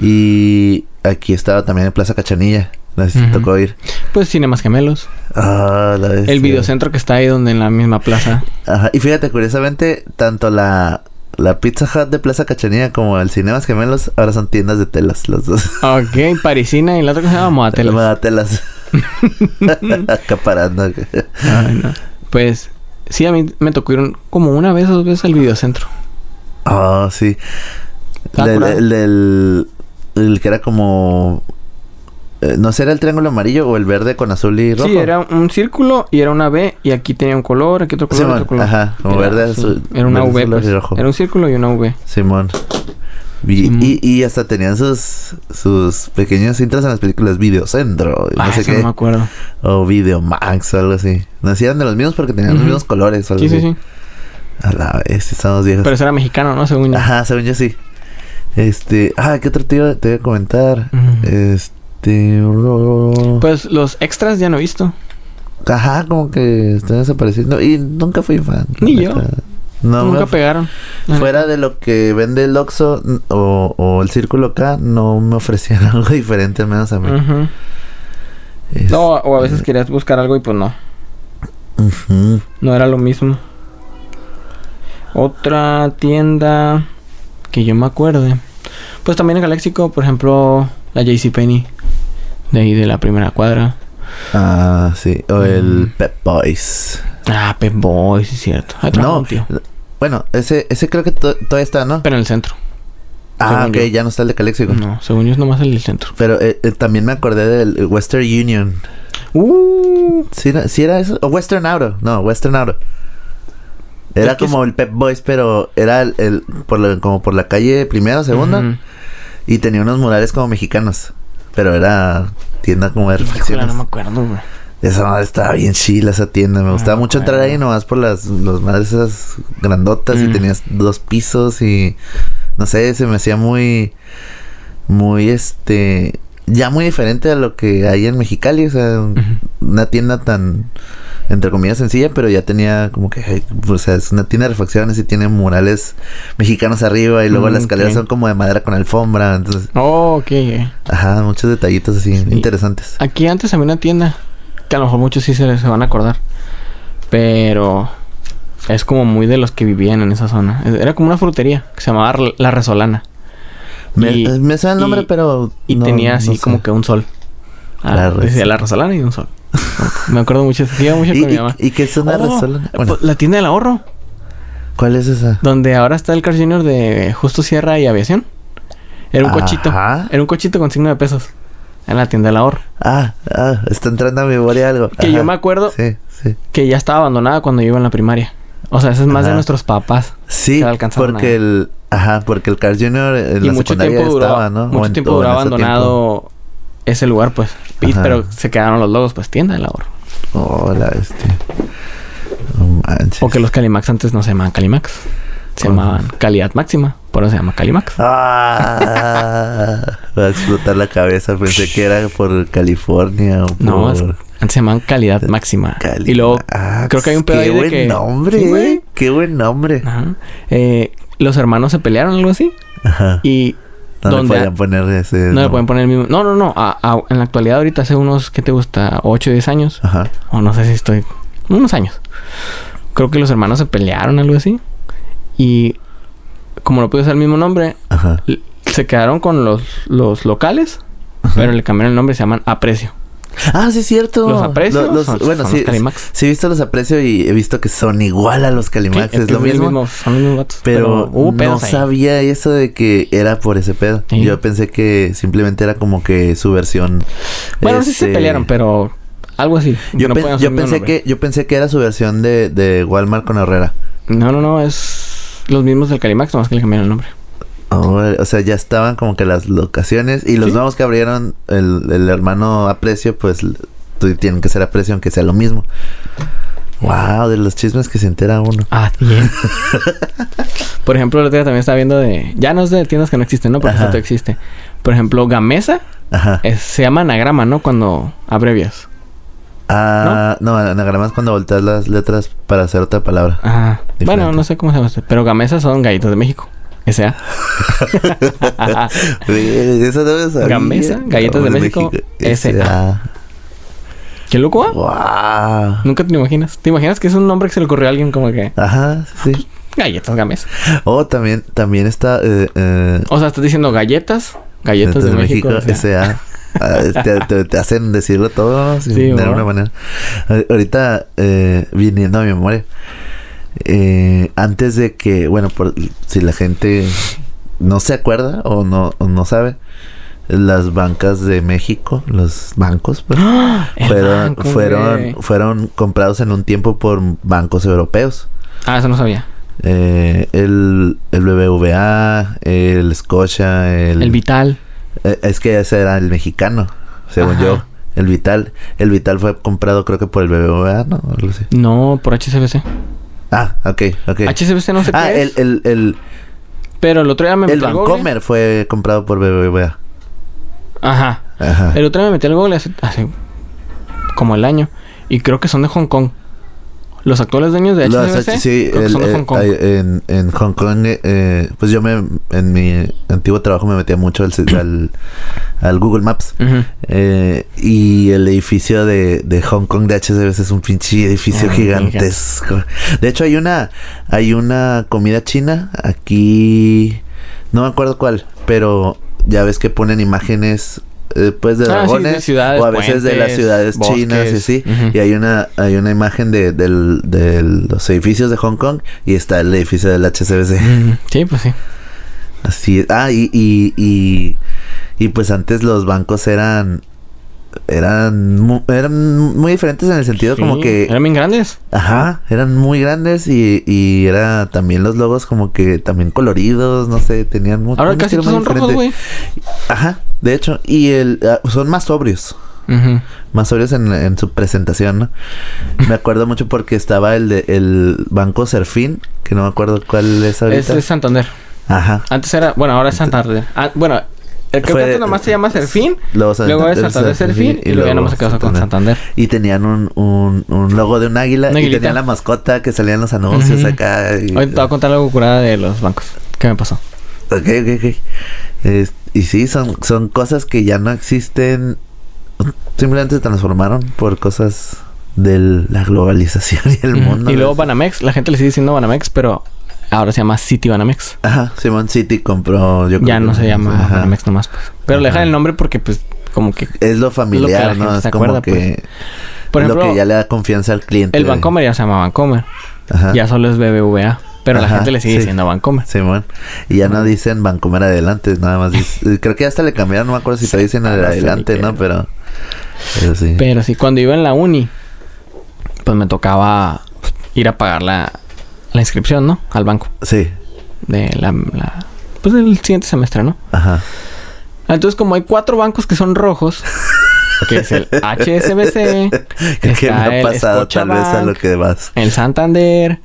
C: Y aquí estaba también en Plaza Cachanilla. No sé si
B: Ujú.
C: tocó ir.
B: Pues Cinemas Gemelos.
C: Ah, la bestia.
B: El videocentro que está ahí donde en la misma plaza.
C: Ajá, Y fíjate, curiosamente, tanto la... La Pizza Hut de Plaza Cachanilla como el Cinemas Gemelos ahora son tiendas de telas, los dos.
B: Ok, Parisina y la otra que se llama Moatelas.
C: Telas. telas. Acaparando.
B: Ay, no. Pues sí, a mí me tocó ir un- como una vez o dos veces al videocentro.
C: Ah, sí.
B: Estaba
C: Del-
B: curado.
C: el, del- el que era como eh, ¿No será el triángulo amarillo o el verde con azul y rojo?
B: Sí, era un círculo y era una B y aquí tenía un color, aquí otro color,
C: Simón,
B: otro color.
C: ajá, como
B: Era
C: verde,
B: azul.
C: azul.
B: Era una
C: verde,
B: V,
C: azul y
B: pues.
C: rojo.
B: Era un círculo y una V.
C: Simón. Y,
B: Simón.
C: y, y hasta tenían sus sus pequeños cintas en las películas Videocentro, y
B: Ah,
C: no sé
B: eso
C: qué,
B: no me acuerdo.
C: o Videomax o algo así. Nacían de los mismos porque tenían los
B: Ujú.
C: mismos colores o algo
B: Sí, sí,
C: así.
B: sí.
C: A la vez, estamos viejos.
B: Pero eso era mexicano, ¿no? Según yo.
C: Ajá, según yo sí. Este, ah, ¿qué otro te iba, te iba a comentar?
B: Ujú.
C: Este,
B: Pues los extras ya no he visto.
C: ajá, como que está desapareciendo y nunca fui fan. la
B: Ni yo.
C: neta. No,
B: Nunca
C: me-
B: pegaron. la
C: fuera de lo que vende el Oxxo n- o, o el Círculo acá, no me ofrecían algo diferente al menos a mí.
B: Ujú.
C: Es-
B: Mm.
C: eh.
B: No, o a veces querías buscar algo y pues no.
C: Ujú.
B: No era lo mismo. Otra tienda que yo me acuerde. Pues también en Galéxico, por ejemplo, la JCPenney. De ahí de la primera cuadra.
C: Ah, sí. O el
B: Mm.
C: Pep Boys.
B: Ah, Pep Boy, sí es cierto. Ahí trabajaba
C: No,
B: un tío.
C: Bueno, ese, ese creo que to- todavía está, ¿no?
B: Pero en el centro.
C: ah,
B: según
C: ok,
B: yo.
C: ya no está el de Caléxico.
B: No, según yo es nomás en el centro.
C: Pero eh, eh, también me acordé del Western Union.
B: Uh,
C: ¿Sí, era- sí era eso? ¿O Western Auto? No, Western Auto. Era
B: Es que es-
C: como el Pep Boys, pero era el, el- por la- como por la calle primera o segunda.
B: ujú.
C: Y tenía unos murales como mexicanos. Pero era tienda como de
B: Híjole,
C: refacciones.
B: no me acuerdo, güey.
C: Esa madre estaba bien chila esa tienda. Me
B: No
C: gustaba
B: me
C: mucho entrar
B: acuerdo.
C: ahí nomás por las los madres esas grandotas y
B: Mm.
C: tenías dos pisos y no sé, se me hacía muy muy este ya muy diferente a lo que hay en Mexicali, o sea, una tienda tan entre comillas sencilla, pero ya tenía como que eh, o sea, es una tienda de refacciones y tiene murales mexicanos arriba y luego
B: Mm,
C: las escaleras
B: ok.
C: son como de madera con alfombra, entonces,
B: Oh, ok. eh.
C: ajá, muchos detallitos así interesantes.
B: Aquí antes había una tienda que a lo mejor muchos sí se, se van a acordar. Pero es como muy de los que vivían en esa zona. E- Era como una frutería que se llamaba R- La Resolana.
C: Me,
B: y-
C: me suena el nombre,
B: y-
C: pero
B: Y
C: no-
B: tenía
C: no
B: así
C: sé.
B: como que un sol. Ah,
C: La Res-
B: decía La Resolana y un sol. Me acuerdo mucho. sí, iba mucho
C: ¿Y,
B: con mi
C: y,
B: mamá.
C: y qué es una
B: Oh,
C: resolana?
B: eh,
C: Bueno,
B: pues, la tienda del ahorro.
C: ¿Cuál es esa?
B: Donde ahora está el Car Junior de Justo Sierra y Aviación. Era un cochito.
C: Ajá.
B: Era un cochito con signo de pesos. En la tienda del ahorro.
C: Ah, ah, está entrando a mi memoria algo.
B: Que yo
C: Ajá.
B: me acuerdo
C: Sí, sí.
B: que ya estaba abandonada cuando yo iba en la primaria. O sea, eso es más
C: Ajá.
B: de nuestros papás.
C: Sí,
B: la alcanzaron
C: porque
B: a-
C: el... Ajá, porque el Carl Jr. en
B: y
C: la
B: mucho
C: secundaria
B: tiempo duró,
C: estaba, ¿no? O
B: mucho
C: en-
B: tiempo
C: o en
B: duró
C: ese
B: abandonado ese lugar, pues. Y-
C: Ajá.
B: pero se quedaron los logos, pues tienda del ahorro.
C: tiempo. Oh, la bestia. No manches.
B: Porque los Calimax antes no se llamaban Calimax. Se
C: Ujú.
B: llamaban calidad máxima. Por eso se llama Calimax.
C: Ah, va a explotar la cabeza. Pensé que era por California o por...
B: No, es- antes se llamaban calidad máxima. Y luego,
C: Calimax.
B: creo que hay un pedo
C: pues, Qué
B: ahí de
C: buen
B: que-
C: nombre,
B: Sí, güey.
C: eh. Qué buen nombre.
B: ajá, eh, los hermanos se pelearon algo así.
C: Ajá.
B: Y
C: No le
B: donde-
C: podían poner ese...
B: no le
C: nombre.
B: pueden poner el mismo. No, no, no. a- a- en la actualidad, ahorita hace unos, ¿qué te gusta? 8 o 10 años.
C: Ajá.
B: O no sé si estoy. Unos años. Creo que los hermanos se pelearon, algo así. Y como no pude usar el mismo nombre,
C: Ajá.
B: l- se quedaron con los, los locales, pero le cambiaron el nombre, se llaman Aprecio.
C: Ah, sí, es cierto.
B: Los Aprecio
C: Lo- los-
B: son,
C: bueno,
B: son
C: sí.
B: los Calimax.
C: Sí, he visto los aprecio y he visto que son igual a los Calimax.
B: Sí,
C: es,
B: que
C: lo
B: el
C: mismo.
B: mismo- son los mismos vatos,
C: Pero,
B: hubo
C: no
B: pedos ahí.
C: sabía eso de que era por ese pedo.
B: Sí.
C: Yo pensé que simplemente era como que su versión.
B: Bueno, sí se
C: este,
B: pelearon, pero algo así.
C: Yo,
B: no
C: pen-
B: pueden usar
C: yo
B: el mismo
C: pensé
B: nombre.
C: que yo pensé que era su versión de, de Walmart con Herrera.
B: No, no, no, es los mismos del Calimax, nomás que le cambiaron el nombre.
C: Ahora, o sea, ya estaban como que las locaciones y los
B: Sí.
C: nuevos que abrieron el, el hermano Aprecio, pues l- tu- tienen que ser Aprecio aunque sea lo mismo. Wow, de los chismes que se entera uno.
B: Ah, bien. Por ejemplo, el otro día también estaba viendo de. Ya no es de tiendas que no existen, ¿no? Porque
C: Ajá.
B: eso existe. Por ejemplo, Gamesa
C: Ajá.
B: es- se llama anagrama, ¿no? Cuando abrevias.
C: Ah, no, anagrama es cuando volteas las letras para hacer otra palabra.
B: Ajá.
C: Ah, Diferente.
B: Bueno, no sé cómo se llama. este, Pero Gamesa son galletas de México. S.A.
C: Güey, Eso no me sabía.
B: Gamesa, Galletas de México, S.A.. ¿Qué loco? ah?
C: Wow.
B: Nunca te lo imaginas. ¿Te imaginas que es un nombre que se le ocurrió a alguien como que
C: Ajá,
B: Ah, pues.
C: sí.
B: galletas Gamesa?
C: Oh, también, también está eh, eh,
B: O sea, estás diciendo galletas, galletas de, México. S.A..
C: S.A. Ah, te, te- te hacen decirlo todo ¿no? Sí,
B: Sí,
C: de
B: ¿verdad?
C: alguna manera. A- Ahorita, eh, viniendo a mi memoria, eh, antes de que, bueno, por, si la gente no se acuerda o no, o no sabe, las bancas de México, los bancos, pues,
B: ¡Ah! El
C: fueron,
B: banco, güey.
C: fueron, fueron comprados en un tiempo por bancos europeos.
B: Ah, eso no sabía.
C: Eh, el, el BBVA, el Scotia, el...
B: El Vital.
C: eh, es que ese era el mexicano, según
B: Ajá.
C: yo. El Vital, el Vital fue comprado creo que por el BBVA, ¿no? Algo así.
B: No, por HSBC.
C: Ah, ok, ok.
B: HSBC no sé
C: ah,
B: qué
C: el,
B: es,
C: el, el,
B: Pero el otro día me
C: el
B: metí al Google.
C: Bancomer fue comprado por BBVA.
B: Ajá.
C: Ajá.
B: El otro día me metí al Google hace, hace como el año. Y creo que son de Hong Kong. Los actuales dueños de
C: Los
B: HSBC
C: H- sí,
B: creo que
C: el-
B: son de
C: eh,
B: Hong Kong.
C: ahí en, en Hong Kong, eh, eh, pues yo me, en mi antiguo trabajo me metía mucho al, si- al, al Google Maps.
B: Ujú.
C: Eh, y el edificio de, de Hong Kong de HSBC es un pinche edificio
B: Ah,
C: gigantesco. De hecho, hay una, hay una comida china aquí, no me acuerdo cuál, pero ya ves que ponen imágenes eh, pues
B: Ah,
C: de
B: sí, de
C: dragones
B: ciudades,
C: o a veces de las
B: puentes,
C: ciudades
B: bosques.
C: chinas y así.
B: Ujú.
C: Y hay una, hay una imagen de, del- de los edificios de Hong Kong y está el edificio del HSBC.
B: Mm, Sí, pues sí.
C: Así es. Ah, y, y, y, y pues antes los bancos eran. Eran, mu- eran muy diferentes en el sentido como
B: Sí,
C: que.
B: Eran bien grandes.
C: Ajá, eran muy grandes y, y era también los logos como que también coloridos, no sé, tenían mucho.
B: Ahora casi todos son rojos, güey.
C: Ajá, de hecho, y el, ah, son más sobrios,
B: Ujú.
C: más sobrios en, en su presentación, ¿no? Me acuerdo mucho porque estaba el de el Banco Serfín, que no me acuerdo cuál es
B: Es,
C: ahorita.
B: es Santander.
C: Ajá.
B: Antes era, bueno, ahora es Santander. Ah, bueno, el creo que
C: Fue-
B: antes nomás se llama Serfín.
C: Luego,
B: Luego es Santander Serfín y luego ya nomás se quedó con Santander.
C: Y tenían un, un, un logo de un águila
B: Una
C: y
B: aguilita.
C: tenían la mascota que salían los anuncios
B: Ujú.
C: acá. y-
B: Ahorita te voy a contar algo curada de los bancos. ¿Qué me pasó?
C: ok, ok, ok. Es- y sí, son, son cosas que ya no existen. Simplemente se transformaron por cosas de la globalización y el
B: Ujú.
C: mundo.
B: Y luego Banamex, la gente le sigue diciendo Banamex, pero ahora se llama City Banamex.
C: Ajá, Simon City compró. Yo creo
B: Ya
C: que-
B: no se llama
C: ajá.
B: Banamex nomás. pues. Pero le
C: Ajá.
B: dejan el nombre porque, pues, como que.
C: Es lo familiar,
B: gente
C: ¿no? Es
B: se
C: como
B: acuerda, pues.
C: que.
B: Por
C: lo que ya
B: ejemplo,
C: le da confianza al cliente.
B: el Bancomer ya se llama Bancomer.
C: Ajá.
B: Ya solo es BBVA. Pero la
C: Ajá,
B: gente le sigue
C: sí.
B: diciendo Bancomer.
C: Simón. Y ya no dicen Bancomer adelante, nada más. dice- eh, creo que hasta le cambiaron, no me acuerdo si te dicen
B: Ah, no sé
C: adelante,
B: ni qué.
C: ¿no? Pero. Pero sí.
B: Pero sí, cuando iba en la uni, pues me tocaba ir a pagar la, la inscripción, ¿no? Al banco.
C: Sí.
B: De la, la- Pues del siguiente semestre, ¿no?
C: Ajá.
B: Entonces, como hay cuatro bancos que son rojos, que es el HSBC,
C: Creo que me
B: está
C: ha
B: el
C: pasado tal vez a lo
B: Scotiabank,
C: que vas.
B: el Santander,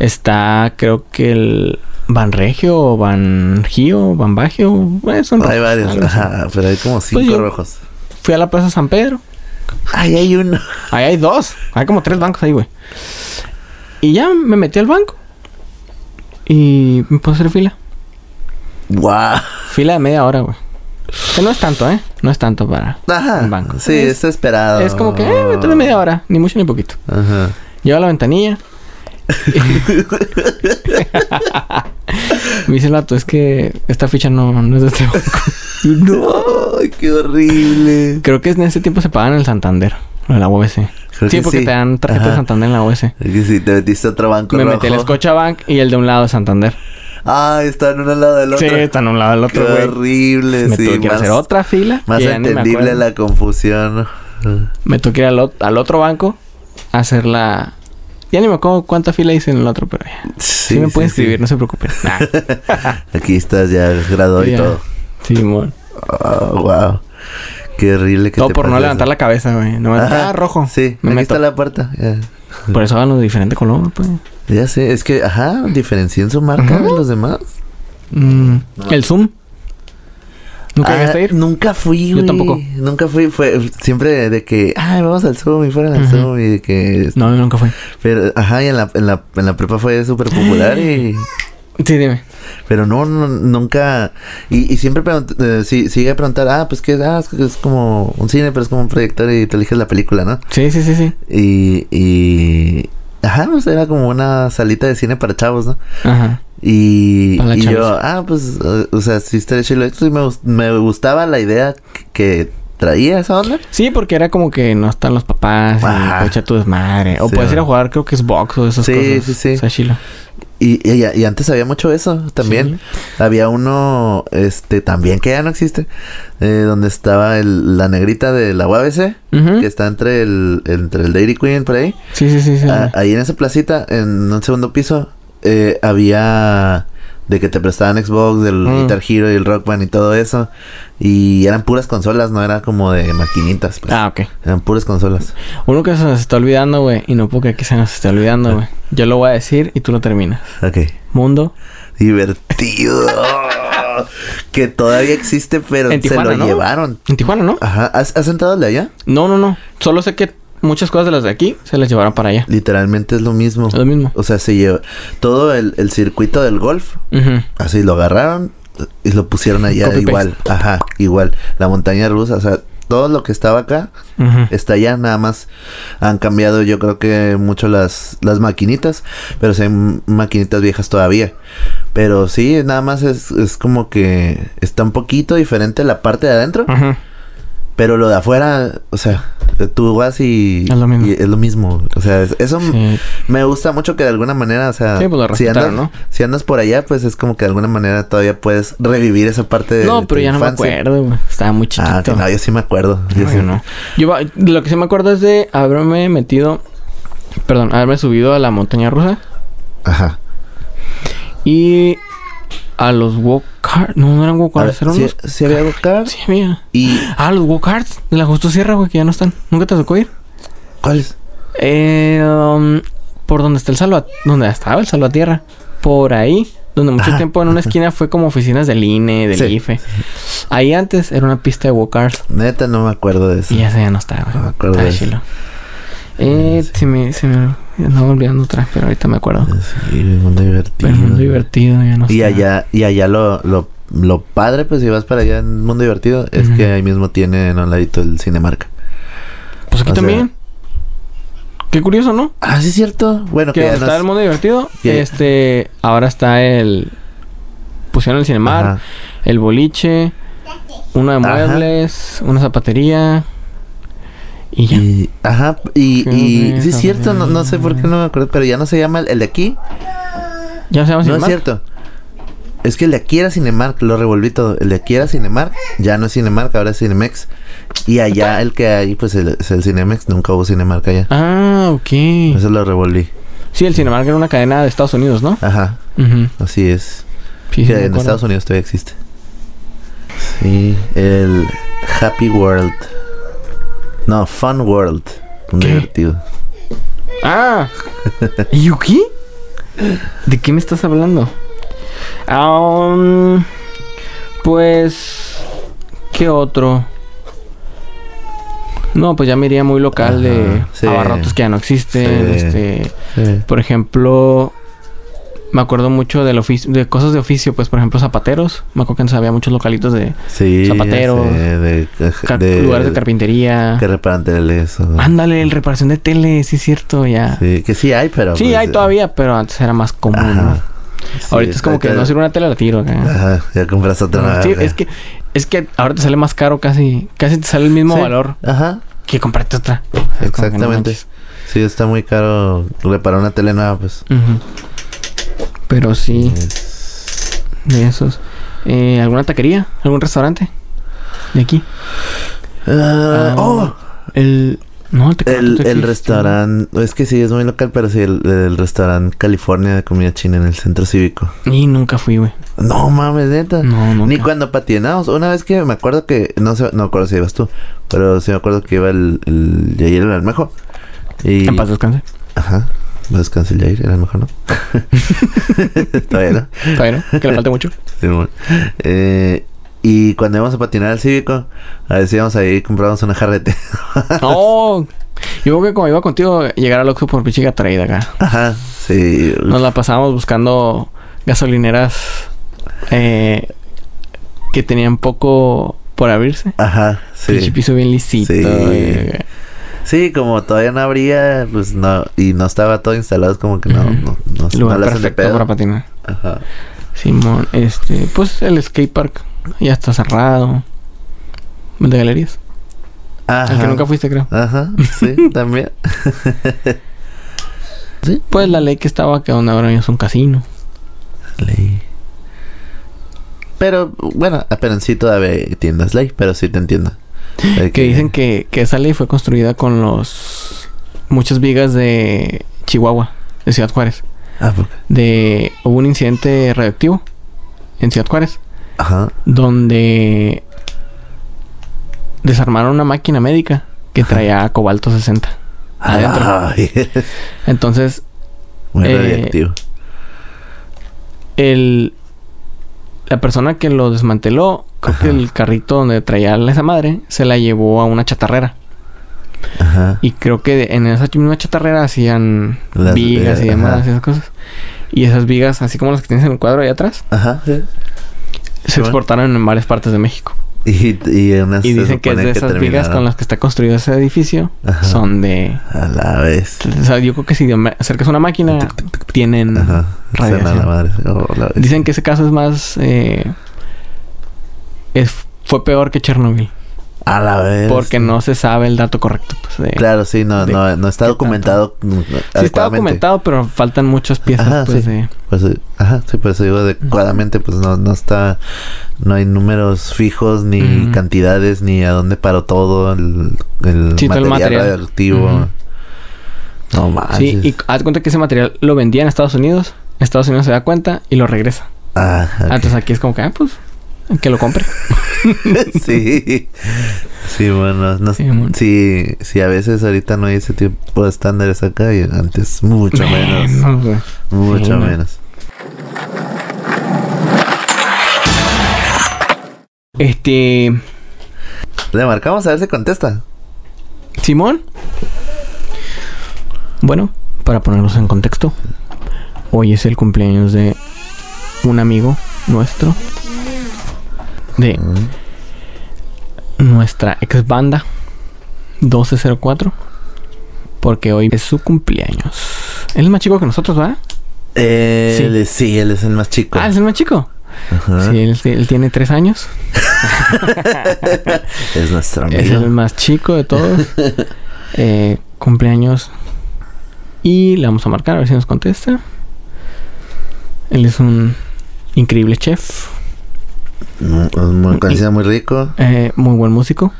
B: está creo que el Banregio, Bangio, Banbagio, bueno, eh, son
C: Hay
B: rojos,
C: varios,
B: algo así.
C: ajá, pero hay como cinco
B: Pues yo-
C: rojos.
B: Fui a la Plaza San Pedro,
C: Ay, hay uno.
B: Ahí hay dos. Hay como tres bancos ahí, güey. Y ya me metí al banco. Y me puse a hacer fila.
C: ¡Guau!
B: Fila de media hora, güey. Que no es tanto, ¿eh? No es tanto para...
C: Ajá.
B: Un banco.
C: Sí,
B: Es-
C: está esperado.
B: Es como que, eh, me tomé media hora. Ni mucho ni poquito.
C: Ajá.
B: Llevo a la ventanilla. me dice el vato, es que esta ficha no, no es de este banco.
C: No, ay, qué horrible.
B: Creo que en ese tiempo se pagan en el Santander. O en la UBC.
C: Creo
B: sí,
C: que
B: porque
C: sí.
B: te dan tarjeta de
C: Ajá.
B: Santander en la UBC.
C: Es que sí, te metiste a otro banco
B: Me
C: rojo.
B: metí el Scotiabank y el de un lado de Santander.
C: Ah, están uno al lado del
B: Sí,
C: otro.
B: están a un lado del
C: Qué
B: otro, güey.
C: horrible,
B: Me
C: sí.
B: tuve que ir a
C: más-
B: hacer otra fila.
C: Más
B: que ya ni me
C: entendible
B: acuerdo.
C: la confusión.
B: Me tuve que ir al, ot- al otro banco a hacer la... Ya ni me acuerdo cuánta fila hice en el otro, pero ya. Sí, me pueden escribir, no se preocupen. Nah.
C: Aquí estás ya graduado y
B: Ya.
C: todo.
B: Simón.
C: Oh, wow. Qué horrible que
B: Todo
C: te
B: por no
C: pase
B: levantar
C: eso.
B: la cabeza, güey. No me
C: Ajá.
B: ah, rojo.
C: Sí,
B: Me
C: aquí
B: meto.
C: está la puerta. Ya.
B: Por eso hagan los de diferente color, pues.
C: Ya sé, es que, ajá, diferencien su marca de los demás.
B: Mm, El Zoom. ¿Nunca
C: Ah,
B: llegaste a ir?
C: Nunca fui,
B: Yo
C: güey.
B: tampoco.
C: Nunca fui, fue siempre de que, ay, vamos al Zoom y fueron al
B: Ujú.
C: Zoom y de que.
B: No, yo nunca fui.
C: Pero, ajá, y en la, en la, en la prepa fue súper popular y.
B: Sí, dime.
C: Pero no, no- nunca. Y, y siempre pregunt- eh, si, sigue a preguntar, ah, pues que ah, es, que es como un cine, pero es como un proyector y te eliges la película, ¿no?
B: Sí, sí, sí, sí.
C: Y. y ajá, pues era como una salita de cine para chavos, ¿no?
B: Ajá.
C: Y,
B: Para
C: y yo,
B: chavos.
C: ah, pues, eh, o sea, sí, está hecho y lo hecho. Y me, gust- me gustaba la idea que traía esa onda.
B: Sí, porque era como que no están los papás y
C: Ajá.
B: puedes echar tu desmadre. O
C: Ah. Sí,
B: puedes ir a
C: güey.
B: jugar, creo que es box o esas
C: Sí,
B: cosas.
C: sí, sí.
B: Está chilo.
C: Y, y- y antes había mucho eso también. Había uno, este, también que ya no existe, eh, donde estaba el- la negrita de la UABC,
B: Ujú.
C: que está entre el, entre el Dairy Queen por ahí.
B: Sí, sí, sí. sí.
C: A- ahí en esa placita, en un segundo piso, eh, había de que te prestaban Xbox, el
B: Mm.
C: Guitar Hero y el Rock Band y todo eso. Y eran puras consolas, no era como de maquinitas, pues.
B: ah, ok.
C: Eran puras consolas.
B: Uno que se nos está olvidando, güey, y no porque que se nos esté
C: Ah.
B: olvidando, güey. Yo lo voy a decir y tú lo terminas.
C: Ok.
B: Mundo.
C: Divertido. que todavía existe, pero
B: En
C: se
B: Tijuana,
C: lo
B: ¿no?
C: llevaron.
B: En Tijuana, ¿no?
C: Ajá. ¿Has, has entrado al de allá?
B: No, no, no. Solo sé que muchas cosas de las de aquí se las llevaron para allá.
C: Literalmente es lo mismo.
B: Es lo mismo.
C: O sea, se lleva todo el, el circuito del golf.
B: Ujú.
C: Así lo agarraron y lo pusieron allá
B: Copy-paste.
C: igual. Ajá, igual. La montaña rusa, o sea, todo lo que estaba acá
B: Ujú.
C: está allá. Nada más han cambiado, yo creo que mucho las, las maquinitas, pero se ven maquinitas viejas todavía. Pero sí, nada más es, es como que está un poquito diferente la parte de adentro,
B: Ujú.
C: pero lo de afuera, o sea, tú vas y
B: Es lo mismo.
C: y es lo mismo. O sea, es- eso
B: Sí.
C: me gusta mucho que de alguna manera, o sea,
B: Sí, pues lo
C: si, andas,
B: respetaron, ¿no?
C: si andas por allá, pues es como que de alguna manera todavía puedes revivir esa parte de
B: No, pero
C: tu
B: ya no me
C: infancia.
B: acuerdo, güey. Estaba muy chiquito.
C: Ah, sí, no, yo sí me acuerdo. Yo
B: No,
C: sí-
B: yo no. Yo va- lo que sí me acuerdo es de haberme metido. Perdón, haberme subido a la montaña rusa.
C: Ajá.
B: Y a los walk-karts. No, no eran
C: A
B: walk-karts,
C: ver,
B: eran
C: Ah, sí,
B: unos.
C: sí había go-kart
B: Sí, mira.
C: y
B: Ah, los walk-karts de la Justo Sierra, güey, que ya no están. ¿Nunca te tocó ir?
C: ¿cuáles?
B: Eh, um, por donde está el Salva... Donde estaba el Salvatierra. Por ahí. Donde mucho
C: Ajá,
B: tiempo en una esquina fue como oficinas del INE, del
C: Sí.
B: IFE. Ahí antes era una pista de walk-karts.
C: Neta no me acuerdo de eso.
B: Y esa ya no está, güey.
C: No me acuerdo
B: Está
C: de eso.
B: chilo. Eh, se me, se me andaba olvidando otra, pero ahorita me acuerdo.
C: Sí, el mundo divertido.
B: Pero el mundo divertido ya no
C: Y
B: está.
C: allá, y allá lo, lo, lo padre, pues si vas para allá en Mundo Divertido, es
B: Ujú.
C: que ahí mismo tienen a un ladito el Cinemarca.
B: Pues aquí
C: o sea-
B: también. Qué curioso, ¿no?
C: Ah, sí es cierto. Bueno,
B: que
C: que ya
B: donde
C: no
B: está
C: es-
B: el mundo divertido,
C: que ya-
B: este, ahora está el pusieron el cinemar,
C: Ajá.
B: el boliche, una de
C: Ajá.
B: muebles, una zapatería y ya.
C: Y, ajá, y,
B: Creo
C: y
B: que
C: sí es cierto, no, no sé por qué
B: también.
C: no me acuerdo, pero ya no se llama el, el de aquí.
B: ya se llama
C: No es
B: ¿Ah, Cinemark.
C: cierto. Es que el de aquí era Cinemark, lo revolví todo. El de aquí era Cinemark, ya no es Cinemark, ahora es Cinemex. Y allá el que hay, pues el, es el Cinemex, nunca hubo Cinemark allá.
B: Ah, ok.
C: Eso lo revolví.
B: Sí, el Cinemark era una cadena de Estados Unidos, ¿no?
C: Ajá,
B: Ujú.
C: así es.
B: Sí, sí,
C: Que
B: me
C: en
B: acuerdo.
C: Estados Unidos todavía existe. Sí, el Happy World. No, Fun World. Un
B: ¿Qué?
C: divertido.
B: Ah. ¿Yuki? ¿De qué me estás hablando? Um, pues ¿qué otro? No, pues ya me iría muy local de
C: Ajá, sí.
B: abarrotes que ya no existen,
C: Sí.
B: este,
C: Sí.
B: por ejemplo, me acuerdo mucho del oficio, de cosas de oficio, pues por ejemplo zapateros, me acuerdo que antes había muchos localitos de,
C: Sí,
B: Zapateros,
C: ya sé, de,
B: car-
C: de-
B: lugares de Ah, carpintería.
C: que reparan teles. o-
B: Ándale, el reparación de tele, sí es cierto, ya.
C: Sí, que sí hay, pero.
B: Sí,
C: pues,
B: hay
C: eh,
B: todavía, pero antes era más común. ¿no?
C: Ajá. Sí,
B: Ahorita es como que
C: ahorita-
B: no sirve una tela, la tiro acá.
C: Ajá, ya compras otra nueva,
B: Sí,
C: acá.
B: es que es que ahora te sale más caro casi, casi te sale el mismo
C: Sí.
B: valor
C: Ajá,
B: que comprarte otra. O sea, es como que no
C: exactamente.
B: manches.
C: sí, está muy caro reparar una tele nueva, pues.
B: Ujú. Pero sí,
C: Es-
B: de esos. Eh, ¿Alguna taquería? ¿Algún restaurante? De aquí. Ah,
C: Ah, ¡Oh!
B: El. No, el Tecate
C: El,
B: todavía
C: el
B: existe.
C: restaurante. Es que sí, es muy local, pero sí, el, el restaurante California de comida china en el centro cívico.
B: Y nunca fui, güey.
C: No mames, neta.
B: No, nunca.
C: Ni cuando patinábamos. Una vez que me acuerdo que. No sé, no me acuerdo si ibas tú. Pero sí me acuerdo que iba el, el Yair el Almejo. Y.
B: En paz descanse.
C: Ajá. Pues descansa el Yair, el Almejo, ¿no? Todavía no.
B: Todavía no, que le falta mucho.
C: Simón. Eh, y cuando íbamos a patinar al cívico, a veces íbamos ahí y comprábamos una jarrete.
B: No. Yo creo que como iba contigo, llegar al Oxxo por pinche gatorade acá.
C: Ajá. Sí.
B: Nos la pasábamos buscando gasolineras eh, que tenían poco por abrirse.
C: Ajá.
B: Pinche
C: Sí.
B: piso bien lisito.
C: Sí.
B: eh,
C: Sí, como todavía no habría, pues no. Y no estaba todo instalado, es como que no.
B: Ujú.
C: No, no, no
B: lugar
C: le hacen de
B: perfecto
C: pedo.
B: para patinar.
C: Ajá.
B: Simón, este, pues el skate park ya está cerrado. El de galerías.
C: Ajá.
B: El que nunca fuiste, creo.
C: Ajá, sí, también. ¿Sí?
B: Pues la ley que estaba que donde ahora es un casino.
C: Ley. Pero bueno, apenas sí todavía tiendas ley, pero sí te entiendo. De
B: Que dicen que, que esa ley fue construida con los... Muchas vigas de Chihuahua, de Ciudad Juárez.
C: Ah, porque-
B: De... Hubo un incidente radioactivo en Ciudad Juárez.
C: Ajá.
B: donde desarmaron una máquina médica que traía cobalto 60. Adentro.
C: Ay,
B: Entonces,
C: muy
B: Eh,
C: radioactivo.
B: el la persona que lo desmanteló, creo que
C: Ajá.
B: el carrito donde traía esa madre se la llevó a una chatarrera
C: Ajá.
B: y creo que en esa misma chatarrera hacían
C: Las-
B: vigas y
C: eh,
B: demás
C: ajá.
B: esas cosas. Y esas vigas, así como las que tienes en el cuadro allá atrás,
C: Ajá. sí.
B: se
C: bueno.
B: exportaron en varias partes de México.
C: Y, y, unas
B: Y
C: se
B: dicen que es
C: supone
B: de esas vigas
C: terminaron.
B: con las que está construido ese edificio
C: Ajá.
B: son de
C: A la vez.
B: O sea, yo creo que si me acercas a una máquina, tienen...
C: Ajá.
B: Mm, Radiación.
C: Suena la madre. Oh, la vez.
B: Dicen que ese caso es más... eh, es, fue peor que Chernobyl.
C: A la vez.
B: Porque no se sabe el dato correcto. pues, de-
C: Claro, sí, no,
B: de-
C: no, no está
B: ¿qué
C: documentado. mm, adecuadamente.
B: sí está documentado, pero faltan muchas piezas.
C: Ajá,
B: pues,
C: sí.
B: de-
C: Pues, eh, ajá, sí, por eso digo adecuadamente, pues no, no está, no hay números fijos, ni
B: Ujú.
C: cantidades, ni a dónde paró todo el, el
B: Sí, todo
C: material,
B: el material.
C: radioactivo.
B: Ujú.
C: No manches.
B: sí, y haz cuenta que ese material lo vendía en Estados Unidos. Estados Unidos se da cuenta y lo regresa.
C: Ah, ok.
B: Ah, Entonces aquí es como que, ah, pues, que lo compre.
C: sí. Sí, bueno, no,
B: Sí, mon.
C: sí, sí, a veces ahorita no hay ese tipo de estándares acá y antes mucho menos,
B: Menos, güey.
C: mucho
B: sí, no.
C: menos.
B: Este...
C: Le marcamos a ver si contesta.
B: Simón. Bueno, para ponerlos en contexto, hoy es el cumpleaños de un amigo nuestro, de nuestra ex banda 1204, porque hoy es su cumpleaños. Él es más chico que nosotros, ¿verdad?
C: Él, sí. él es el más chico.
B: Ah, es el más chico.
C: Ajá.
B: Sí, él, él tiene tres años.
C: Es nuestro amigo.
B: Es el más chico de todos. Eh, cumpleaños. Y le vamos a marcar a ver si nos contesta. Él es un increíble chef.
C: Mm, es muy conocido, muy rico.
B: eh, muy buen músico.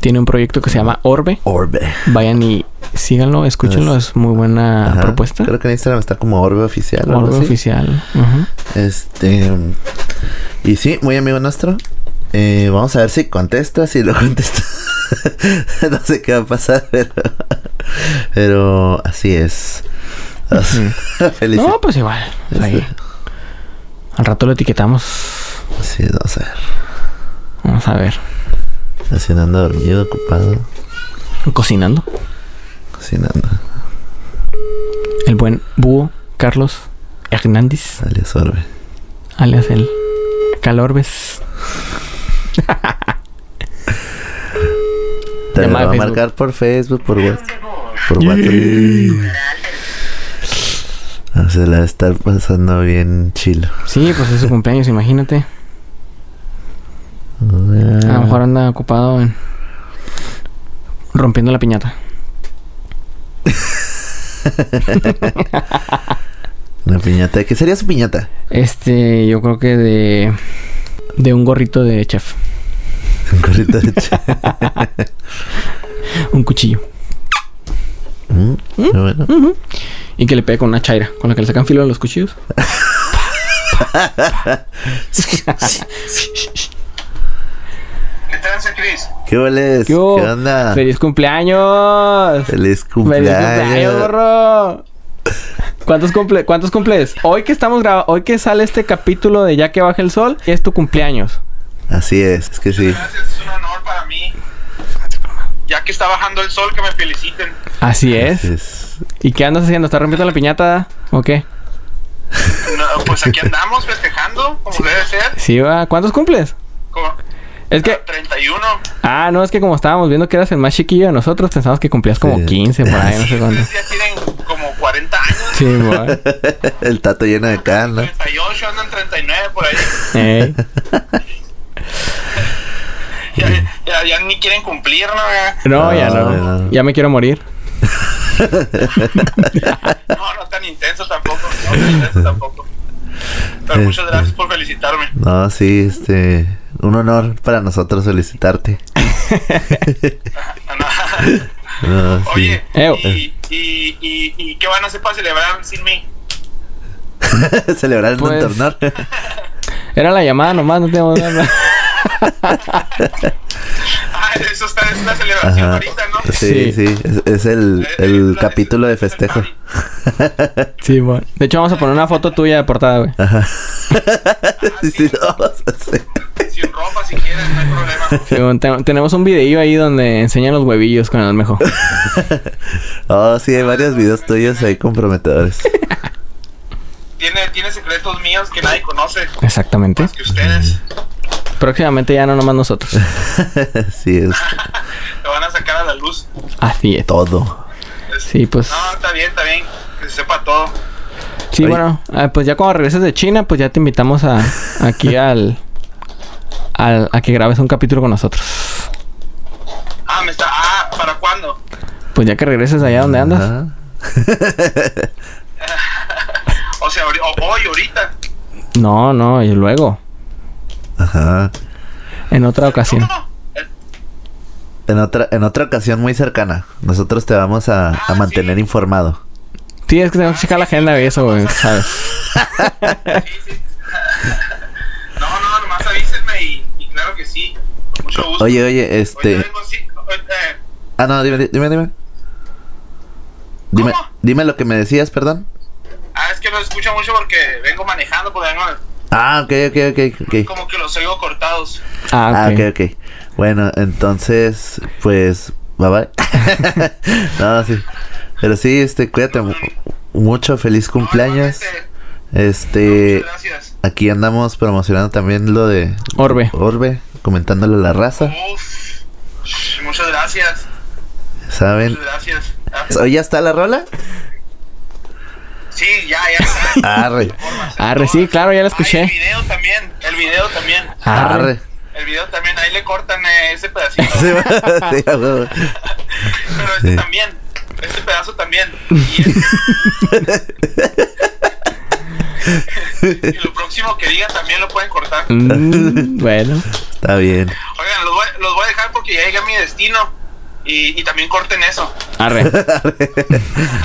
B: Tiene un proyecto que se llama Orbe.
C: Orbe.
B: Vayan y síganlo, escúchenlo. Es muy buena
C: Ajá.
B: propuesta.
C: Creo que en Instagram está como Orbe Oficial. o algo
B: Orbe
C: así.
B: oficial. Ujú.
C: Este. Y sí, muy amigo nuestro. Eh, vamos a ver si contesta, si lo contesta. no sé qué va a pasar, pero. pero así es. Feliz.
B: No, pues igual. o sea, ahí. Al rato lo etiquetamos.
C: Sí, vamos a ver.
B: Vamos a ver.
C: Así no anda dormido, ocupado,
B: Cocinando.
C: cocinando.
B: El buen búho Carlos Hernández.
C: Alias Orbe.
B: alias el Calorbes. Llamada
C: Te va a
B: de Facebook.
C: marcar por Facebook, por WhatsApp. Por WhatsApp. O sea, Ah, la va a estar pasando bien chilo.
B: Sí, pues es su cumpleaños, imagínate. A
C: Ah,
B: lo mejor anda ocupado en rompiendo la piñata.
C: Una piñata. ¿Qué sería su piñata?
B: Este, yo creo que de de un gorrito de chef,
C: Un gorrito de chile.
B: un cuchillo
C: Mm, muy bueno.
B: y que le pegue con una chaira, con la que le sacan filo a los cuchillos.
D: ¿Qué tal, Cris?
C: ¿Qué hueles?
B: ¿Qué
C: ¿Qué,
B: hubo?
C: onda?
B: Feliz cumpleaños.
C: Feliz
B: Feliz cumpleaños,
C: cumpleaños.
B: borro. ¿Cuántos, cumple ¿Cuántos cumples? Hoy que estamos grabando, hoy que sale este capítulo de Ya que baja el sol, es tu cumpleaños.
C: Así es, es que sí.
D: Gracias, es un honor para mí. Ya que está bajando el sol, que me feliciten.
B: Así es.
C: Es-
B: ¿Y qué andas haciendo? ¿Estás rompiendo la piñata? ¿O qué?
D: No, pues aquí andamos festejando, como debe ser.
B: Sí, va. ¿Cuántos cumples?
D: Como
B: Es que.
D: 31.
B: Ah, no, es que como estábamos viendo que eras el más chiquillo de nosotros, pensamos que cumplías como
C: Sí.
B: 15 por ahí, no sé cuánto.
D: Ustedes ya tienen como 40 años.
B: Sí, güey.
C: El tato lleno de carne.
D: 38, andan 39 por ahí.
B: Ey.
D: Ya, ya, ya ni quieren cumplir, ¿no?
B: No,
C: No,
B: ya no.
C: no.
B: Ya me quiero morir.
D: No, no tan intenso tampoco. No tan intenso tampoco. Pero muchas
C: Este.
D: gracias por felicitarme.
C: No, sí, este. Un honor para nosotros felicitarte. No, sí.
D: Ah,
C: Eh,
D: Oye,
B: Eo.
D: y, y, y, y qué van a hacer para celebrar sin mí?
C: Celebrar en
B: Pues-
C: un torneo.
B: Era la llamada nomás, no tenemos nada.
D: Ah, eso está, es una celebración
C: Ajá.
D: ahorita, ¿no? Eh,
C: Sí,
B: Sí.
C: sí. Es, es el,
D: Es-
C: el
D: es la-
C: capítulo de
D: es el
C: festejo.
D: party.
B: Sí, bueno. De hecho, vamos a poner una foto tuya de portada, güey.
C: Ajá. Sí, sí, vamos a hacer.
D: Sin ropa, si quieren, no hay problema.
B: Sí, bueno, te- tenemos un videillo ahí donde enseñan los huevillos con el almejo.
C: Oh, sí, hay varios videos tuyos ahí comprometedores.
D: Tiene, tiene secretos míos que nadie conoce,
B: Exactamente.
D: más que ustedes.
B: Próximamente ya no nomás nosotros.
C: sí, es
D: Lo van a sacar a la luz.
B: Así es.
C: todo.
D: Es-
B: Sí, pues.
D: No, está bien, está bien. Que se sepa todo.
B: Sí,
C: Oye.
B: bueno, ah, pues ya cuando regreses de China, pues ya te invitamos a aquí al, al- a que grabes un capítulo con nosotros.
D: Ah, me está. Ah, ¿para cuándo?
B: Pues ya que regreses allá donde andas.
C: Ajá.
D: O sea, ahori- o- hoy, ahorita.
B: No, no, y luego,
C: Ajá.
B: en otra ocasión.
D: No, el-
C: En otra, en otra ocasión muy cercana, nosotros te vamos a, a
D: Ah,
C: mantener
D: sí.
C: informado.
B: Sí, es que tenemos que checar la agenda y eso, güey, ¿sabes?
D: sí, sí. No, no, nomás avísenme y, y claro que sí. Con mucho gusto.
C: Oye, oye, este.
D: Ahorita vengo, sí, eh,
C: Ah, no, dime, dime, dime. Dime,
D: ¿Cómo?
C: dime lo que me decías, perdón.
D: Ah, es que no escucho mucho porque vengo manejando, porque vengo,
C: Ah, ok, ok, ok, ok.
D: como que los oigo cortados.
B: Ah,
C: Ah,
B: ok.
C: ok, ok. Bueno, entonces, pues, bye bye. no, sí. Pero sí, este, cuídate mu- mucho, feliz cumpleaños.
D: No, igualmente,
C: Este,
B: Eh,
D: muchas gracias.
C: aquí andamos promocionando también lo de
B: Orbe.
C: Orbe, comentándole a la raza,
D: Uf, sh, muchas gracias.
C: ¿saben?
D: Muchas gracias. Ah,
C: ¿Hoy ya está la rola?
D: Sí, ya, ya. está.
C: Arre,
B: Arre, sí, claro, ya la
D: Ah, el
B: escuché.
D: video también, el video también.
B: Arre.
C: arre.
D: El video también, ahí le cortan eh, ese pedacito.
C: Sí, sí, a huevo.
D: Pero este
C: Sí.
D: también. Este pedazo también. Y, este. Y lo próximo que digan también lo pueden cortar.
B: Mm, bueno,
C: Está bien.
D: Oigan, los voy, los voy a dejar porque ya llegué a mi destino. Y, y también corten eso.
B: arre.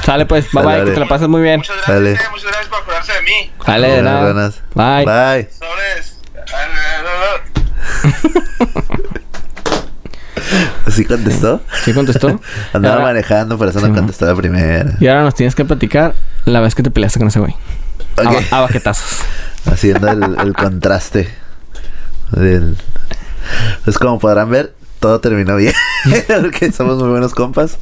B: Sale pues, bye
C: Sale,
B: bye, que te
C: arre.
B: la pases muy bien.
D: Muchas
C: Sale.
D: gracias, eh, muchas gracias por acordarse de mí.
B: Sale de
C: Buenas,
B: nada.
C: buenas.
B: Bye.
C: Bye.
D: Sobres. Ah, no, no, no.
C: ¿Sí contestó?
B: ¿Sí contestó?
C: Andaba
B: Ahora-
C: manejando, por eso no
B: Ah. Sí, ¿no?
C: contestó la primera.
B: Y ahora nos tienes que platicar la vez que te peleaste con ese güey. A
C: Ok.
B: ba- A, baquetazos.
C: haciendo el, el contraste del pues como podrán ver todo terminó bien porque somos muy buenos compas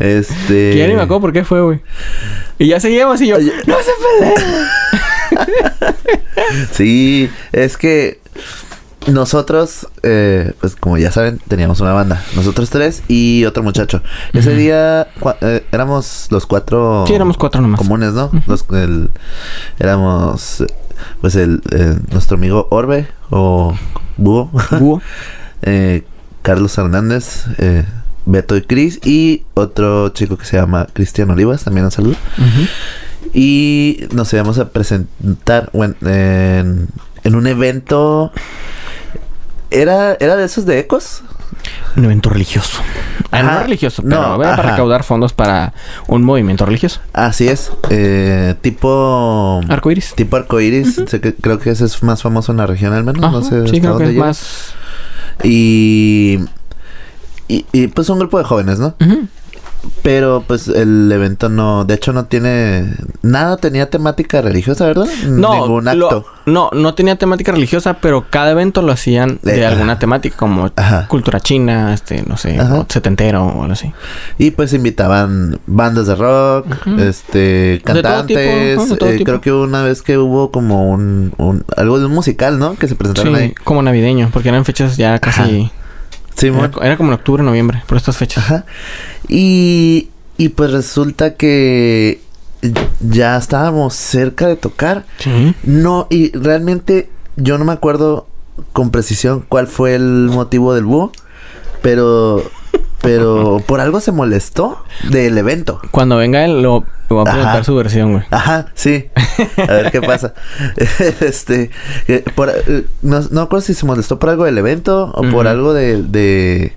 C: este
B: Que ya ni me acuerdo por qué fue, güey. Y ya seguimos y yo...
C: Oye.
B: ¡No se peleen!
C: sí es que nosotros eh, pues como ya saben teníamos una banda nosotros tres y otro muchacho ese día cua- eh, éramos los cuatro
B: Sí, éramos cuatro nomás.
C: comunes, ¿no? Los- el- éramos, pues, el, eh, nuestro amigo Orbe o Búho,
B: Búho.
C: eh, Carlos Hernández, eh, Beto y Cris y otro chico que se llama Cristian Olivas, también un saludo.
B: Ujú.
C: Y nos íbamos a presentar bueno, en, en un evento... ¿Era, ¿Era de esos de Ecos?
B: Un evento religioso. Ah, no
C: Ajá.
B: religioso,
C: No,
B: pero era
C: ajá.
B: para recaudar fondos para un movimiento religioso.
C: Así es. eh, tipo...
B: Arcoiris.
C: Tipo arcoiris, sé que- creo que ese es más famoso en la región al menos, no
B: Ajá,
C: sé
B: sí, creo
C: hasta
B: que
C: dónde
B: es
C: llega.
B: más...
C: Y, y y, pues un grupo de jóvenes, ¿no?
B: Ujú.
C: Pero pues el evento no, de hecho no tiene nada tenía temática religiosa, ¿verdad?
B: No,
C: ningún
B: lo-
C: acto.
B: no, no tenía temática religiosa, pero cada evento lo hacían de,
C: De- Eh, ajá.
B: alguna temática, como
C: Ajá.
B: cultura china, este, no sé,
C: Ajá.
B: o setentero o algo así.
C: Y pues invitaban bandas de rock, este
B: todo tipo,
C: cantantes,
B: ajá, de todo
C: eh,
B: tipo.
C: creo que una vez que hubo como un, un- algo de un musical, ¿no? Que
B: Sí,
C: se presentaron ahí.
B: como navideño, porque eran fechas ya casi.
C: Simón.
B: Era, era como en octubre, noviembre, por estas fechas.
C: Ajá. Y, y pues resulta que ya estábamos cerca de tocar.
B: Sí.
C: No, y realmente yo no me acuerdo con precisión cuál fue el motivo del búho, pero pero por algo se molestó del evento.
B: Cuando venga él, lo, le voy a
C: Ajá.
B: preguntar su versión, güey.
C: Ajá, sí. A ver qué pasa. este, eh, por, eh, no, no recuerdo si se molestó por algo del evento o por
B: Ujú.
C: algo de, de,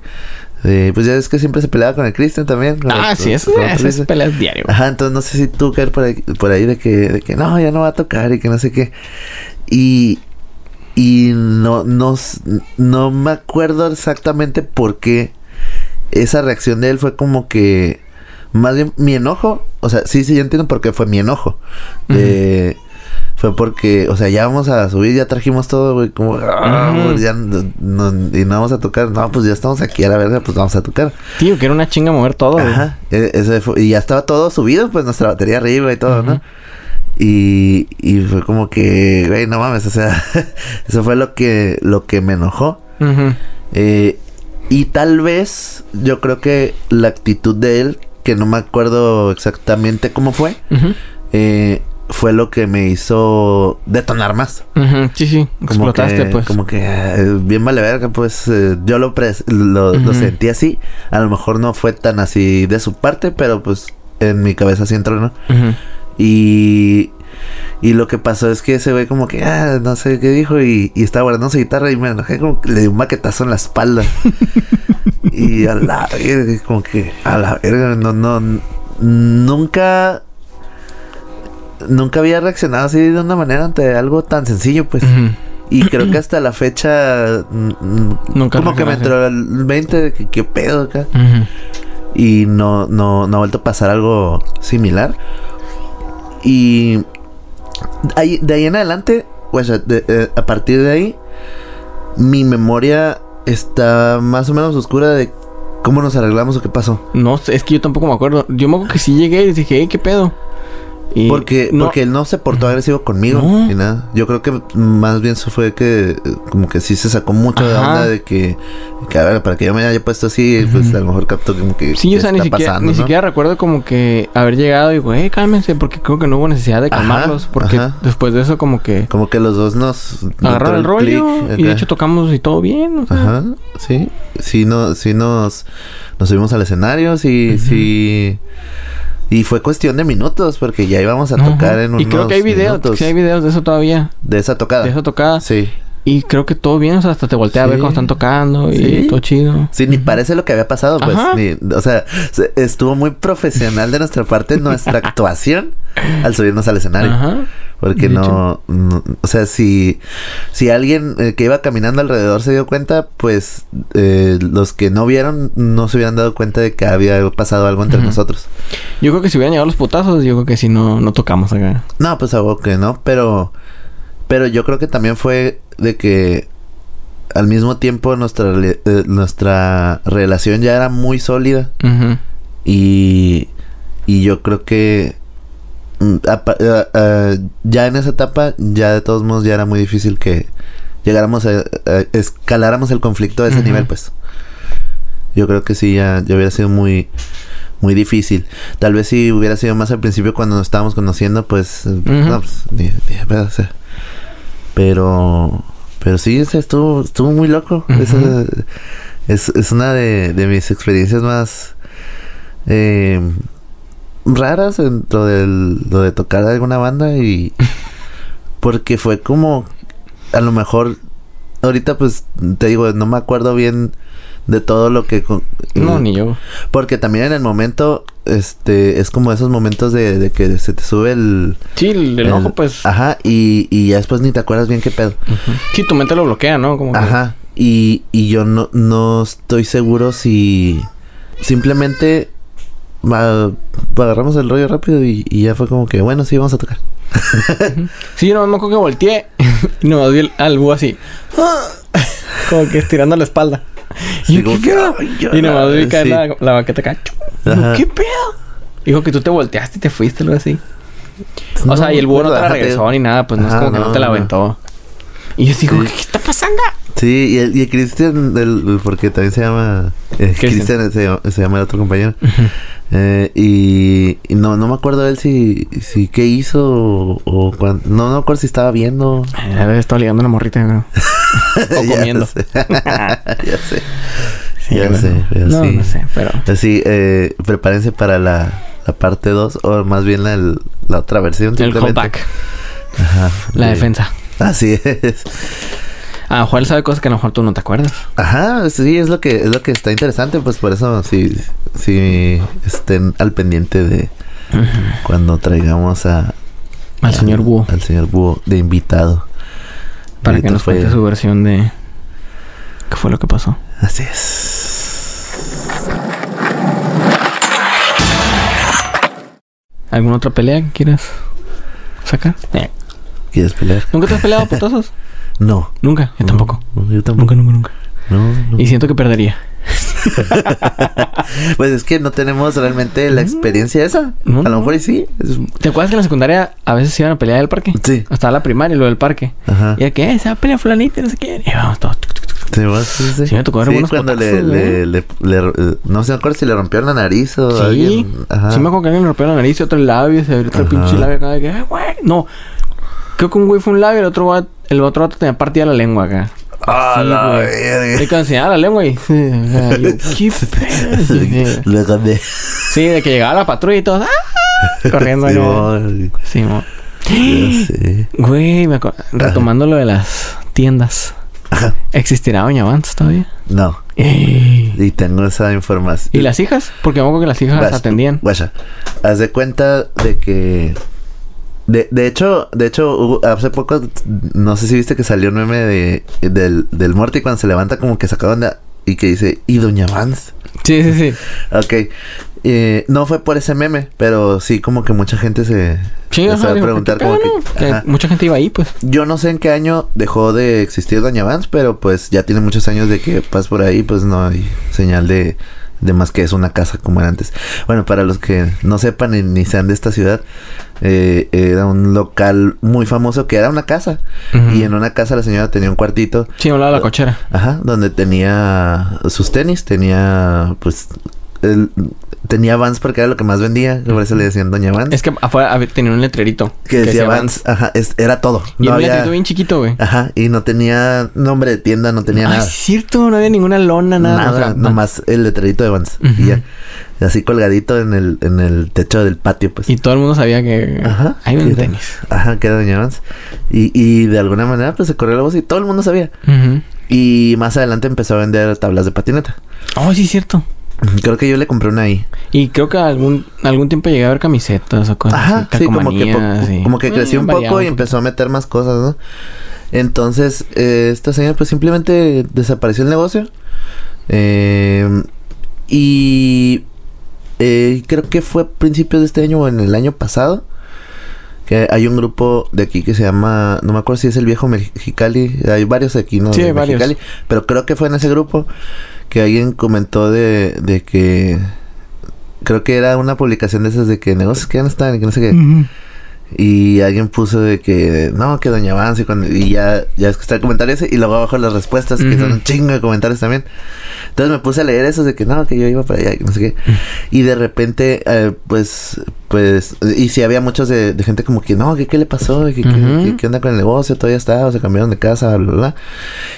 C: de- Pues ya es que siempre se peleaba con el Christian también. con
B: Ah,
C: el-
B: sí, eso
C: con el
B: es,
C: Christian.
B: peleas diario. güey.
C: Ajá, entonces no sé si tú caer por ahí, por ahí de, que, de que no, ya no va a tocar y que no sé qué. Y, y no, no, s- no me acuerdo exactamente por qué esa reacción de él fue como que, más bien mi enojo, o sea, sí, sí, yo entiendo por qué fue mi enojo. De- Fue porque, o sea, ya vamos a subir, ya trajimos todo, güey, como, "Ah,
B: Ujú.
C: güey, ya no- no- y no vamos a tocar, no, pues ya estamos aquí a la verga, pues vamos a tocar.
B: Tío, que era una chinga mover todo, güey.
C: Ajá. E- ese fue- y ya estaba todo subido, pues nuestra batería arriba y todo, ¿no?
B: Ujú.
C: Y, y fue como que, güey, no mames, o sea, eso fue lo que, lo que me enojó.
B: Ujú.
C: Eh, y tal vez, yo creo que la actitud de él, que no me acuerdo exactamente cómo fue,
B: Ujú.
C: eh, fue lo que me hizo detonar más.
B: Ujú. Sí, sí,
C: Como
B: explotaste,
C: que-
B: pues.
C: Como que eh, bien vale verga, pues eh, yo lo, pres- lo, lo
B: Ujú.
C: sentí así. A lo mejor no fue tan así de su parte, pero pues en mi cabeza sí entró, ¿no?
B: Ujú.
C: Y, y lo que pasó es que ese güey como que, ah, no sé qué dijo y, y estaba guardando su guitarra y me enojé como que le di un maquetazo en la espalda. y a la verga, como que, a la verga, no, no, nunca... Nunca había reaccionado así de una manera ante algo tan sencillo, pues.
B: Ujú.
C: Y creo que hasta la fecha.
B: Nunca
C: Nunca como que me
B: reaccionaste.
C: entró el 20 de que qué pedo acá.
B: Ujú.
C: Y no, no, no ha vuelto a pasar algo similar. Y. ahí- de ahí en adelante, o sea, de- eh, a partir de ahí, mi memoria está más o menos oscura de cómo nos arreglamos o qué pasó.
B: No, sé, es que yo tampoco me acuerdo. Yo me acuerdo que sí llegué y dije, "Ey, ¿qué pedo? Y
C: Porque,
B: no,
C: porque él no se portó agresivo conmigo
B: No.
C: ni nada. Yo creo que más bien eso fue que eh, como que sí se sacó mucho de
B: Ajá.
C: onda de que, que a ver, para que yo me haya puesto así, pues a lo mejor captó como que
B: Sí, o sea,
C: qué
B: ni siquiera, ni
C: ¿no?
B: siquiera recuerdo como que haber llegado y digo, eh, cálmense, porque creo que no hubo necesidad de
C: Ajá,
B: calmarlos. porque
C: ajá.
B: después de eso, como que
C: Como que los dos nos entró
B: agarraron el rollo
C: click
B: y de
C: acá.
B: hecho tocamos y todo bien. o sea.
C: Ajá, sí. Sí, no, sí nos, nos subimos al escenario, sí, sí. Y fue cuestión de minutos, porque ya íbamos a
B: Ajá.
C: tocar en unos
B: Y creo que hay videos,
C: minutos Ah.
B: sí hay videos de eso todavía,
C: de esa tocada.
B: de eso tocada.
C: Sí.
B: Y creo que todo bien, o sea, hasta te volteé a ver
C: Sí.
B: cómo están tocando y
C: Sí.
B: todo chido.
C: Sí, ni parece lo que había pasado, pues.
B: Ajá.
C: ni- o sea, se- estuvo muy profesional de nuestra parte nuestra actuación al subirnos al escenario.
B: Ajá.
C: Porque
B: de
C: no, no- O sea, si, si alguien eh, que iba caminando alrededor se dio cuenta, pues eh, los que no vieron no se hubieran dado cuenta de que había pasado algo entre
B: Ujú.
C: nosotros.
B: Yo creo que si hubieran llegado los putazos, yo creo que si no, no tocamos acá.
C: No, pues algo que no, pero. Pero yo creo que también fue de que al mismo tiempo nuestra, rela- eh, nuestra relación ya era muy sólida.
B: Ujú.
C: Y, y yo creo que mm, apa- eh, eh, ya en esa etapa, ya de todos modos, ya era muy difícil que llegáramos a, a- escaláramos el conflicto a ese
B: Ujú.
C: nivel, pues. Yo creo que sí, ya, ya hubiera sido muy, muy difícil. Tal vez si hubiera sido más al principio cuando nos estábamos conociendo, pues, eh, no, pues, ni, ni de pedo, o sea. Pero, pero sí, o sea, estuvo, estuvo muy loco.
B: Ujú.
C: Esa- es, es una de, de mis experiencias más eh, raras dentro de lo de tocar alguna banda y porque fue como a lo mejor ahorita pues te digo no me acuerdo bien de todo lo que con-
B: No, ni yo.
C: porque también en el momento este es como esos momentos de, de que se te sube el ah.
B: Sí, el enojo, pues.
C: ajá y, y ya después ni te acuerdas bien qué pedo
B: Sí, tu mente lo bloquea, ¿no? Como que-
C: Ajá. Y, y yo no, no estoy seguro si simplemente ma- agarramos el rollo rápido y, y ya fue como que, bueno, sí, vamos a tocar.
B: Sí, yo no me acuerdo que volteé. y no, di el- al búho así. como que estirando la espalda.
C: Sí,
B: yo,
C: como
B: ¿qué
C: que,
B: pedo?
C: ay, yo
B: y
C: la-
B: nomás vi caer
C: sí.
B: la, la baqueta acá. Yo,
C: Ajá.
B: ¿Qué pedo? Dijo que tú te volteaste y te fuiste, algo así. O sea, y el búho no te la regresó ni nada, pues no es
C: Ajá,
B: como que no
C: no,
B: te la
C: no.
B: aventó. Y yo digo,
C: Sí.
B: ¿qué, qué está pasando?
C: Sí, y, el, y el Cristian, el- porque también se llama... eh,
B: Cristian.
C: Cristian se, llama- se llama el otro compañero. Eh, y, y no, no me acuerdo él si, si qué hizo o, o cuan- no, no me acuerdo si estaba viendo.
B: A ver, estaba ligando una morrita, güey. O
C: Ya
B: comiendo.
C: sé. ya sé.
B: Sí,
C: ya
B: bueno.
C: sé, pero
B: no,
C: sí.
B: no sé, pero
C: Así, eh, prepárense para la, la parte 2, o más bien la, la otra versión.
B: el
C: simplemente.
B: comeback,
C: Ajá,
B: la
C: de-
B: defensa.
C: Así es.
B: A lo mejor él sabe cosas que a lo mejor tú no te acuerdas.
C: Ajá, sí, es lo que es lo que está interesante, pues por eso sí, sí estén al pendiente de cuando traigamos a
B: Al señor Búho,
C: Al señor Búho de invitado.
B: para que
C: Ahorita
B: nos
C: fue-
B: cuente su versión de qué fue lo que pasó.
C: Así es.
B: ¿Alguna otra pelea que quieras sacar? Eh,
C: ¿Quieres pelear?
B: ¿Nunca te has peleado a putazos?
C: No.
B: Nunca, yo tampoco.
C: No, yo tampoco.
B: Nunca, nunca, nunca.
C: No, no.
B: Y siento que perdería.
C: Pues es que no tenemos realmente la experiencia esa.
B: Mm. No,
C: a lo
B: no.
C: mejor y sí. es-
B: ¿Te acuerdas que en la secundaria a veces se iban a pelear al parque?
C: Sí. Ah.
B: Hasta la primaria y lo del parque.
C: Ajá.
B: Y era que eh, se va a pelear fulanita, y no sé qué. Y vamos todos. tuc, tuc, tuc.
C: Sí, vos, sí, sí.
B: Sí, me tocó algunos
C: cuando le,
B: potazos,
C: le, le, le- no sé, me acuerdo si le rompió la nariz o
B: Sí.
C: alguien. Ajá.
B: Sí me acuerdo que alguien le rompió la nariz y otro el labio. Se abrió otro
C: Ajá.
B: pinche labio acá. de que, "Eh, güey. No. Creo que un güey fue un labio y el otro vato, el otro vato tenía partida la lengua acá.
C: Ah,
B: Sí,
C: la
B: güey.
C: verga.
B: Le cancelaba la lengua y... Sí, o sea, yo, ¿Qué pedo?
C: Luego de...
B: Sí, de que llegaba la patrulla y todos... ¡ah! Corriendo.
C: Sí,
B: acá.
C: voy.
B: Sí, mo.
C: Ya sé.
B: Güey, me acuerdo. Retomando lo de las tiendas.
C: Ajá.
B: ¿Existirá Doña Vance todavía?
C: No,
B: Ey.
C: y tengo esa información.
B: ¿Y las hijas? Porque me acuerdo que las hijas
C: Guacha,
B: atendían.
C: guacha. Haz de cuenta de que. De, de hecho, de hecho, hubo- hace poco, no sé si viste que salió un meme de, del, del Morty cuando se levanta como que saca onda y que dice, ¿y Doña Vance?
B: Sí, sí, sí.
C: Ok. Eh, no fue por ese meme, pero sí como que mucha gente se...
B: Sí,
C: Les
B: ajá,
C: iba a
B: digo,
C: preguntar
B: ¿qué
C: como
B: pedo,
C: que-
B: no? Que
C: ajá.
B: mucha gente iba ahí, pues.
C: Yo no sé en qué año dejó de existir Doña Vance, pero pues ya tiene muchos años de que pasas por ahí, pues no hay señal de, de más que es una casa como era antes. Bueno, para los que no sepan y ni sean de esta ciudad, eh, era un local muy famoso que era una casa. Y en una casa la señora tenía un cuartito,
B: Sí, hablaba la cochera.
C: ajá, donde tenía sus tenis, tenía pues... el- tenía Vans porque era lo que más vendía, por eso le decían Doña Vance.
B: Es que afuera hab- tenía un letrerito.
C: que decía Vans, ajá, es- era todo.
B: Y
C: no
B: era un
C: había-
B: letrerito bien chiquito, güey.
C: Ajá, y no tenía nombre de tienda, no tenía
B: Ah,
C: nada.
B: es cierto, no había ninguna lona, nada.
C: nada,
B: o sea,
C: nomás el letrerito de Vans.
B: Ujú.
C: Y ya. Así colgadito en el, en el techo del patio, pues.
B: Y todo el mundo sabía que...
C: Ajá.
B: Ahí venden
C: que-
B: tenis.
C: Ajá, que era Doña Vans. Y, y de alguna manera, pues se corrió la voz y todo el mundo sabía.
B: Ujú.
C: Y más adelante empezó a vender tablas de patineta.
B: Oh, sí, cierto.
C: Creo que yo le compré una ahí.
B: Y creo que algún algún tiempo llegué a ver camisetas o cosas
C: Ajá,
B: así,
C: sí, como que, po-
B: calcomanías y-
C: como que
B: Eh,
C: creció un
B: variaba
C: poco y
B: poquito.
C: empezó a meter más cosas, ¿no? Entonces, eh, esta señora pues simplemente desapareció el negocio. Eh, y eh, creo que fue a principios de este año o en el año pasado. Que hay un grupo de aquí que se llama, no me acuerdo si es el viejo Mexicali, hay varios aquí, ¿no?
B: Sí,
C: De
B: hay varios.
C: Mexicali, pero creo que fue en ese grupo que alguien comentó de, de que creo que era una publicación de esas de que negocios que ya no están y que no sé qué.
B: Ujú.
C: Y alguien puso de que no, que Doña Vance y, cuando- y ya, ya es que está el comentario ese. Y luego abajo las respuestas, que son
B: Ujú.
C: un chingo de comentarios también. Entonces me puse a leer esos de que no, que yo iba para allá, que no sé qué.
B: Mm.
C: Y de repente, eh, pues, pues, y sí había muchos de, de gente como que no, que qué le pasó, que, que-
B: Ujú.
C: que- qué onda con el negocio, todavía está, o se cambiaron de casa, bla, bla, bla.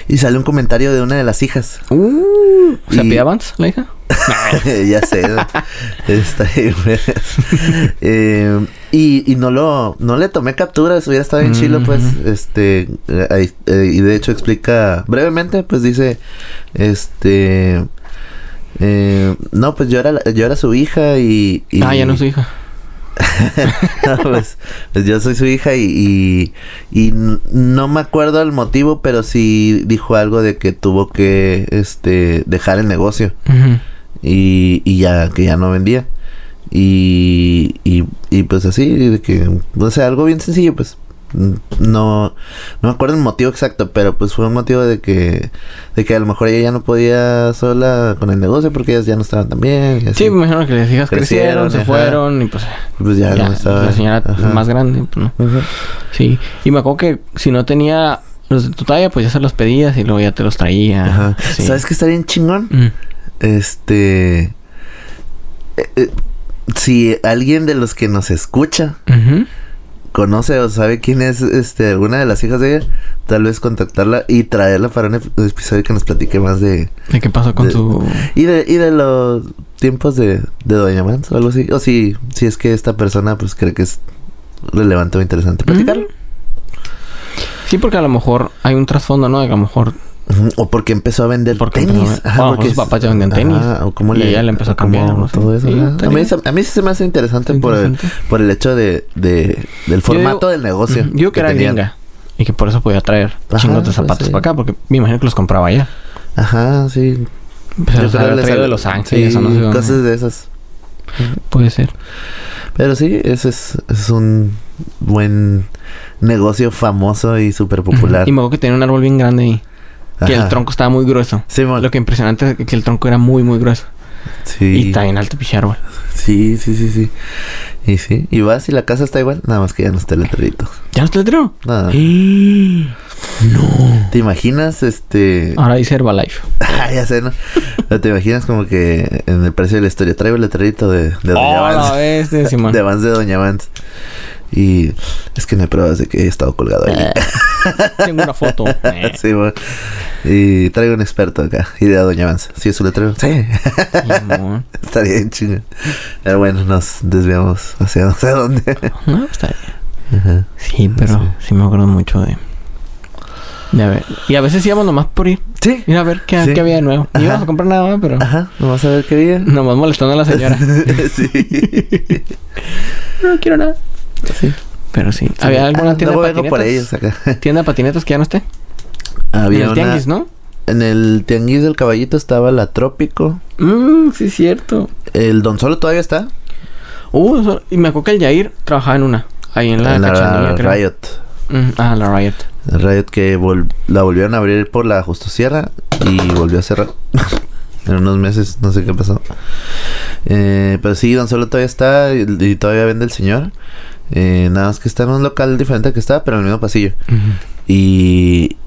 C: Y sale un comentario de una de las hijas.
B: Uh, ¿Se
C: Y-
B: apellida Vance, la hija?
C: ya sé. ¿no? Está bien, güey. Eh, y, y no lo, no le tomé capturas, hubiera estado bien chilo, pues,
B: Ujú.
C: este, eh, ahí, eh, y de hecho explica brevemente, pues dice, este, eh, no, pues yo era, la- yo era su hija y, y-
B: Ah, ya no es su hija.
C: No, pues, pues yo soy su hija y, y, y n- no me acuerdo el motivo, pero sí dijo algo de que tuvo que, este, dejar el negocio
B: Ujú.
C: y, y ya que ya no vendía y, y, y pues así de que o sea algo bien sencillo pues Mm, no no me acuerdo el motivo exacto pero pues fue un motivo de que de que a lo mejor ella ya no podía sola con el negocio porque ellas ya no estaban tan bien y así.
B: Sí, me imagino que las hijas crecieron,
C: Crecieron,
B: se
C: ajá.
B: fueron y pues
C: pues ya,
B: ya,
C: no estaba
B: la señora
C: ajá.
B: más grande, pues no.
C: Ujú.
B: Sí, y me acuerdo que si no tenía los de tu talla, pues ya se los pedías y luego ya te los traía.
C: Ajá.
B: Sí.
C: sabes que está bien chingón
B: Mm.
C: este eh, eh, si alguien de los que nos escucha
B: Ujú.
C: conoce o sabe quién es este alguna de las hijas de ella, tal vez contactarla y traerla para un ep- episodio que nos platique más de
B: ¿De qué pasó con
C: De-
B: su...?
C: y de, y de los tiempos de, de Doña Mans o algo así. O si, si es que esta persona pues cree que es relevante o
B: Mm.
C: interesante platicarlo.
B: Sí, porque a lo mejor hay un trasfondo, ¿no? De que a lo mejor
C: Ujú, O porque empezó a vender
B: Porque
C: tenis.
B: empezó a vender- o a lo mejor sus papás ya venden tenis.
C: Ajá, o cómo
B: Y ella le empezó a
C: o cómo
B: cambiar, no sé.
C: todo eso.
B: Sí,
C: ajá.
B: está
C: a, mí,
B: bien.
C: se- a mí sí se me hace interesante, por, el,
B: interesante.
C: por el hecho de, de- del formato
B: digo-
C: del negocio.
B: Ujú, Yo creo que era
C: tenían.
B: gringa. Y que por eso podía traer
C: Ajá,
B: chingos de
C: pues,
B: zapatos
C: sí.
B: para acá, porque me imagino que los compraba allá.
C: Ajá, sí.
B: Pues,
C: Yo
B: los
C: creo que
B: había
C: les-
B: traído de Los Ángeles
C: sí,
B: o no sé dónde.
C: cosas de esas.
B: Puede ser.
C: Pero sí, ese es, es un buen negocio famoso y súper popular.
B: Ujú. Y me acuerdo que tenía un árbol bien grande ahí. Que el
C: Ajá.
B: tronco estaba muy grueso.
C: Simón.
B: Lo que impresionante es que el tronco era muy, muy grueso. Y
C: Sí,
B: está bien alto pinche árbol.
C: sí, sí, sí, sí. Y sí, y vas y la casa está igual, nada más que ya no está el letrerito.
B: ¿Ya no está el letrero?
C: Nada. ¿Te imaginas este?
B: Ahora dice Herbalife.
C: Ah, ya sé, ¿no? ¿No ¿Te imaginas como que en el precio de la historia traigo el letrerito de, de Doña
B: Oh, la
C: Vance?
B: bestia, Simón.
C: De Vance de Doña Vance. Y es que no hay pruebas de que he estado colgado ahí.
B: Tengo una foto. Eh.
C: Sí, bueno. Y traigo un experto acá. Y de Doña Vance. ¿Sí es su letrero? Sí.
B: Eh, Simón.
C: Estaría bien chido. Pero bueno, nos desviamos hacia no sé dónde.
B: No, está bien.
C: Ajá.
B: Sí, pero sí. me acuerdo mucho de. De a ver. Y a veces íbamos nomás por ir.
C: Sí.
B: Ir a ver qué,
C: Sí.
B: qué había de nuevo. No
C: Ajá.
B: íbamos a comprar nada más, pero.
C: Ajá, vamos a ver qué día.
B: Nomás molestando a la señora.
C: sí.
B: no quiero nada.
C: Sí.
B: Pero sí. ¿Había alguna
C: Ah,
B: tienda
C: luego
B: de
C: vengo
B: patinetas?
C: por ellos acá.
B: ¿Tienda de patinetas que ya no esté? en
C: Había
B: el
C: una,
B: tianguis, ¿no?
C: en el tianguis del caballito estaba la Trópico.
B: Mmm, sí, cierto.
C: El Don Solo todavía está.
B: Uh, eso- y me acuerdo que el Jair trabajaba en una. Ahí en la,
C: en la
B: Ah, cachanilla, creo.
C: Riot.
B: Mm, ah, la Riot.
C: La Riot que vol- la volvieron a abrir por la Justo Sierra y volvió a cerrar. en unos meses, no sé qué pasó. Eh, pero sí, Don Solo todavía está y, y todavía vende el señor. Eh, nada más que está en un local diferente al que estaba, pero en el mismo pasillo. Y,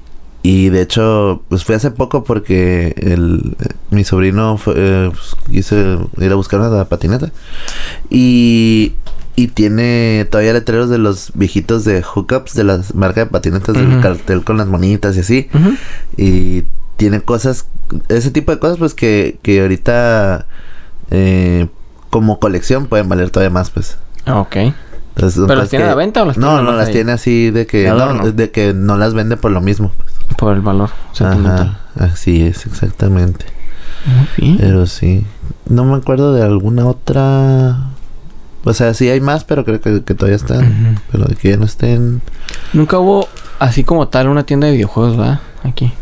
C: y de hecho, pues fue hace poco porque el, eh, mi sobrino fue, eh, pues, quiso ir a buscar una patineta. Y, y tiene todavía letreros de los viejitos de hookups de las marcas de patinetas, del
B: Ujú.
C: cartel con las monitas y así.
B: Ujú.
C: Y tiene cosas, ese tipo de cosas, pues que, que ahorita eh, como colección pueden valer todavía más, pues.
B: Ah, Ok.
C: Entonces, son
B: ¿Pero las
C: cosas
B: tiene a
C: que-
B: la venta o las tiene
C: No, no,
B: nomás
C: las
B: ahí?
C: tiene así de que
B: De
C: no,
B: adorno.
C: de que no las vende por lo mismo.
B: Por el valor sentimental.
C: Ajá, así es, exactamente.
B: Muy bien.
C: Pero sí. No me acuerdo de alguna otra. O sea, sí hay más, pero creo que, que todavía están.
B: Ujú.
C: Pero de que ya no estén.
B: Nunca hubo así como tal una tienda de videojuegos, ¿verdad? Aquí.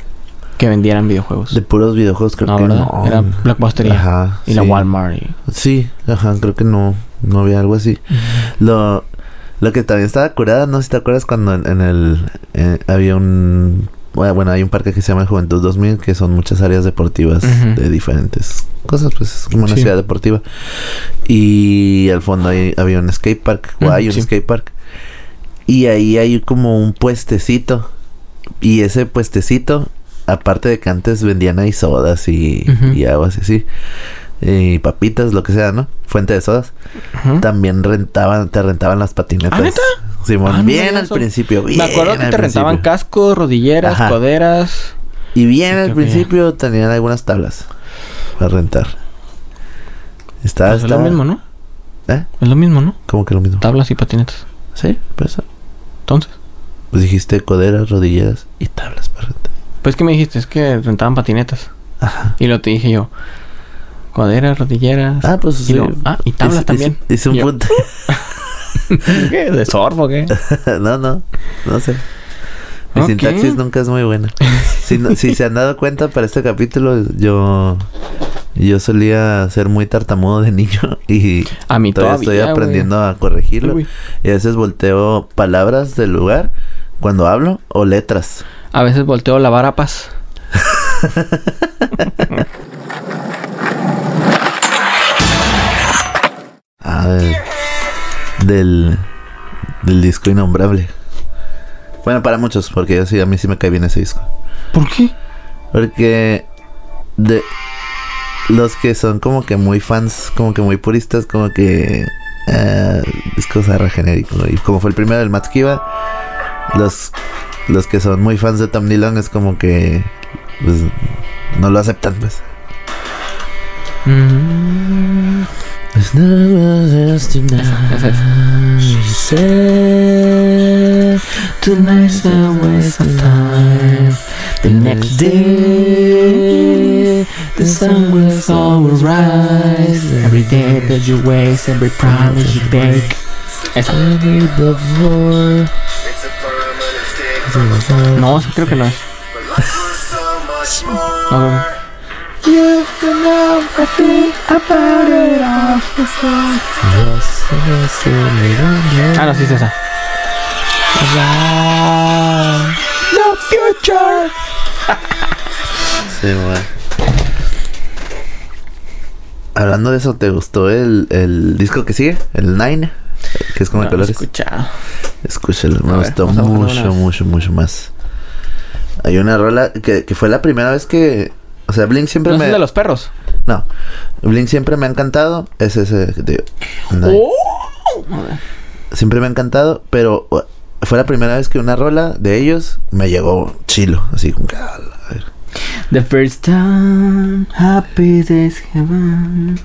B: Que vendieran videojuegos.
C: De puros videojuegos, creo
B: no,
C: que
B: ¿verdad?
C: no.
B: Era Blockbustería.
C: Ajá.
B: Y la
C: sí.
B: Walmart. y-
C: Sí, ajá, creo que no. No había algo así. Lo, lo que también estaba curada, no sé si te acuerdas cuando en, en el. eh, había un. Bueno, bueno, hay un parque que se llama Juventud 2000, que son muchas áreas deportivas
B: Ujú.
C: de diferentes cosas, pues es como una
B: Sí.
C: ciudad deportiva. Y al fondo ahí había un skate park, o
B: Ujú,
C: hay un
B: sí.
C: skate park. Y ahí hay como un puestecito. Y ese puestecito, aparte de que antes vendían ahí sodas y,
B: Ujú.
C: y aguas y así, y papitas, lo que sea, ¿no? Fuente de sodas.
B: Ajá.
C: También rentaban, te rentaban las patinetas.
B: ¿Mm? ¿Ah, neta?
C: Simón,
B: Ah, no
C: bien
B: sabía
C: al
B: eso.
C: principio, bien.
B: Me acuerdo que
C: al
B: te rentaban
C: principio.
B: cascos, rodilleras,
C: Ajá.
B: coderas.
C: Y bien
B: Sí,
C: al
B: creo que ya.
C: principio tenían algunas tablas para rentar. Está,
B: Pues es lo
C: está-
B: mismo, ¿no?
C: ¿Eh?
B: Es lo mismo, ¿no?
C: ¿Cómo que lo mismo?
B: Tablas y patinetas.
C: Sí, por eso.
B: Entonces.
C: Pues dijiste coderas, rodilleras y tablas para rentar.
B: Pues que me dijiste, es que rentaban patinetas.
C: Ajá.
B: Y lo te dije yo. Coderas, rodilleras.
C: Ah, pues
B: y
C: sí.
B: lo- ah, y tablas
C: Hice-
B: también.
C: hice- hice un
B: Yo-
C: punto.
B: ¿Qué? ¿De sorbo qué?
C: no, no, no sé. Mi
B: Ok.
C: sintaxis nunca es muy buena. Si, no- si se han dado cuenta para este capítulo, yo yo solía ser muy tartamudo de niño y
B: A mí
C: todavía,
B: todavía,
C: estoy
B: güey.
C: aprendiendo a
B: Ay,
C: corregirlo.
B: güey.
C: Y a veces volteo palabras del lugar cuando hablo o letras.
B: A veces volteo la vara paz.
C: Ah, de- del, del disco innombrable. Bueno, para muchos, porque yo sí, a mí sí me cae bien ese disco.
B: ¿Por qué?
C: Porque de los que son como que muy fans, como que muy puristas, como que eh, disco zarra genérico. Y como fue el primero del Matt Kiba, los, los que son muy fans de Tom Nilong es como que pues, no lo aceptan, pues.
B: Mm.
C: There's no one else tonight.
B: Esa es.
C: She said,
A: Tonight's a waste of time. The next day, the sun will always rise. Every day that you waste, every promise you break.
B: Esa.
C: every before.
B: No, sí, creo que no es. No, no, no. Ah, no, sí es esa.
C: Sí, güey. Hablando de eso, ¿te gustó el, el disco que sigue? El Nine, que es como
B: No,
C: de colores.
B: escuchado.
C: Escúchalo, me
B: A ver,
C: gustó
B: vamos a buscarlo de una
C: mucho,
B: vez.
C: mucho, mucho más. Hay una rola que, que fue la primera vez que. O sea, Blink siempre
B: ¿No es
C: me.
B: el de los perros?
C: No, Blink siempre me ha encantado. Es ese de. Nine.
B: ¡Oh!
C: Siempre me ha encantado, pero uh, fue la primera vez que una rola de ellos me llegó chilo. Así como que. "Ah, la verga".
B: The first time, happy days heaven.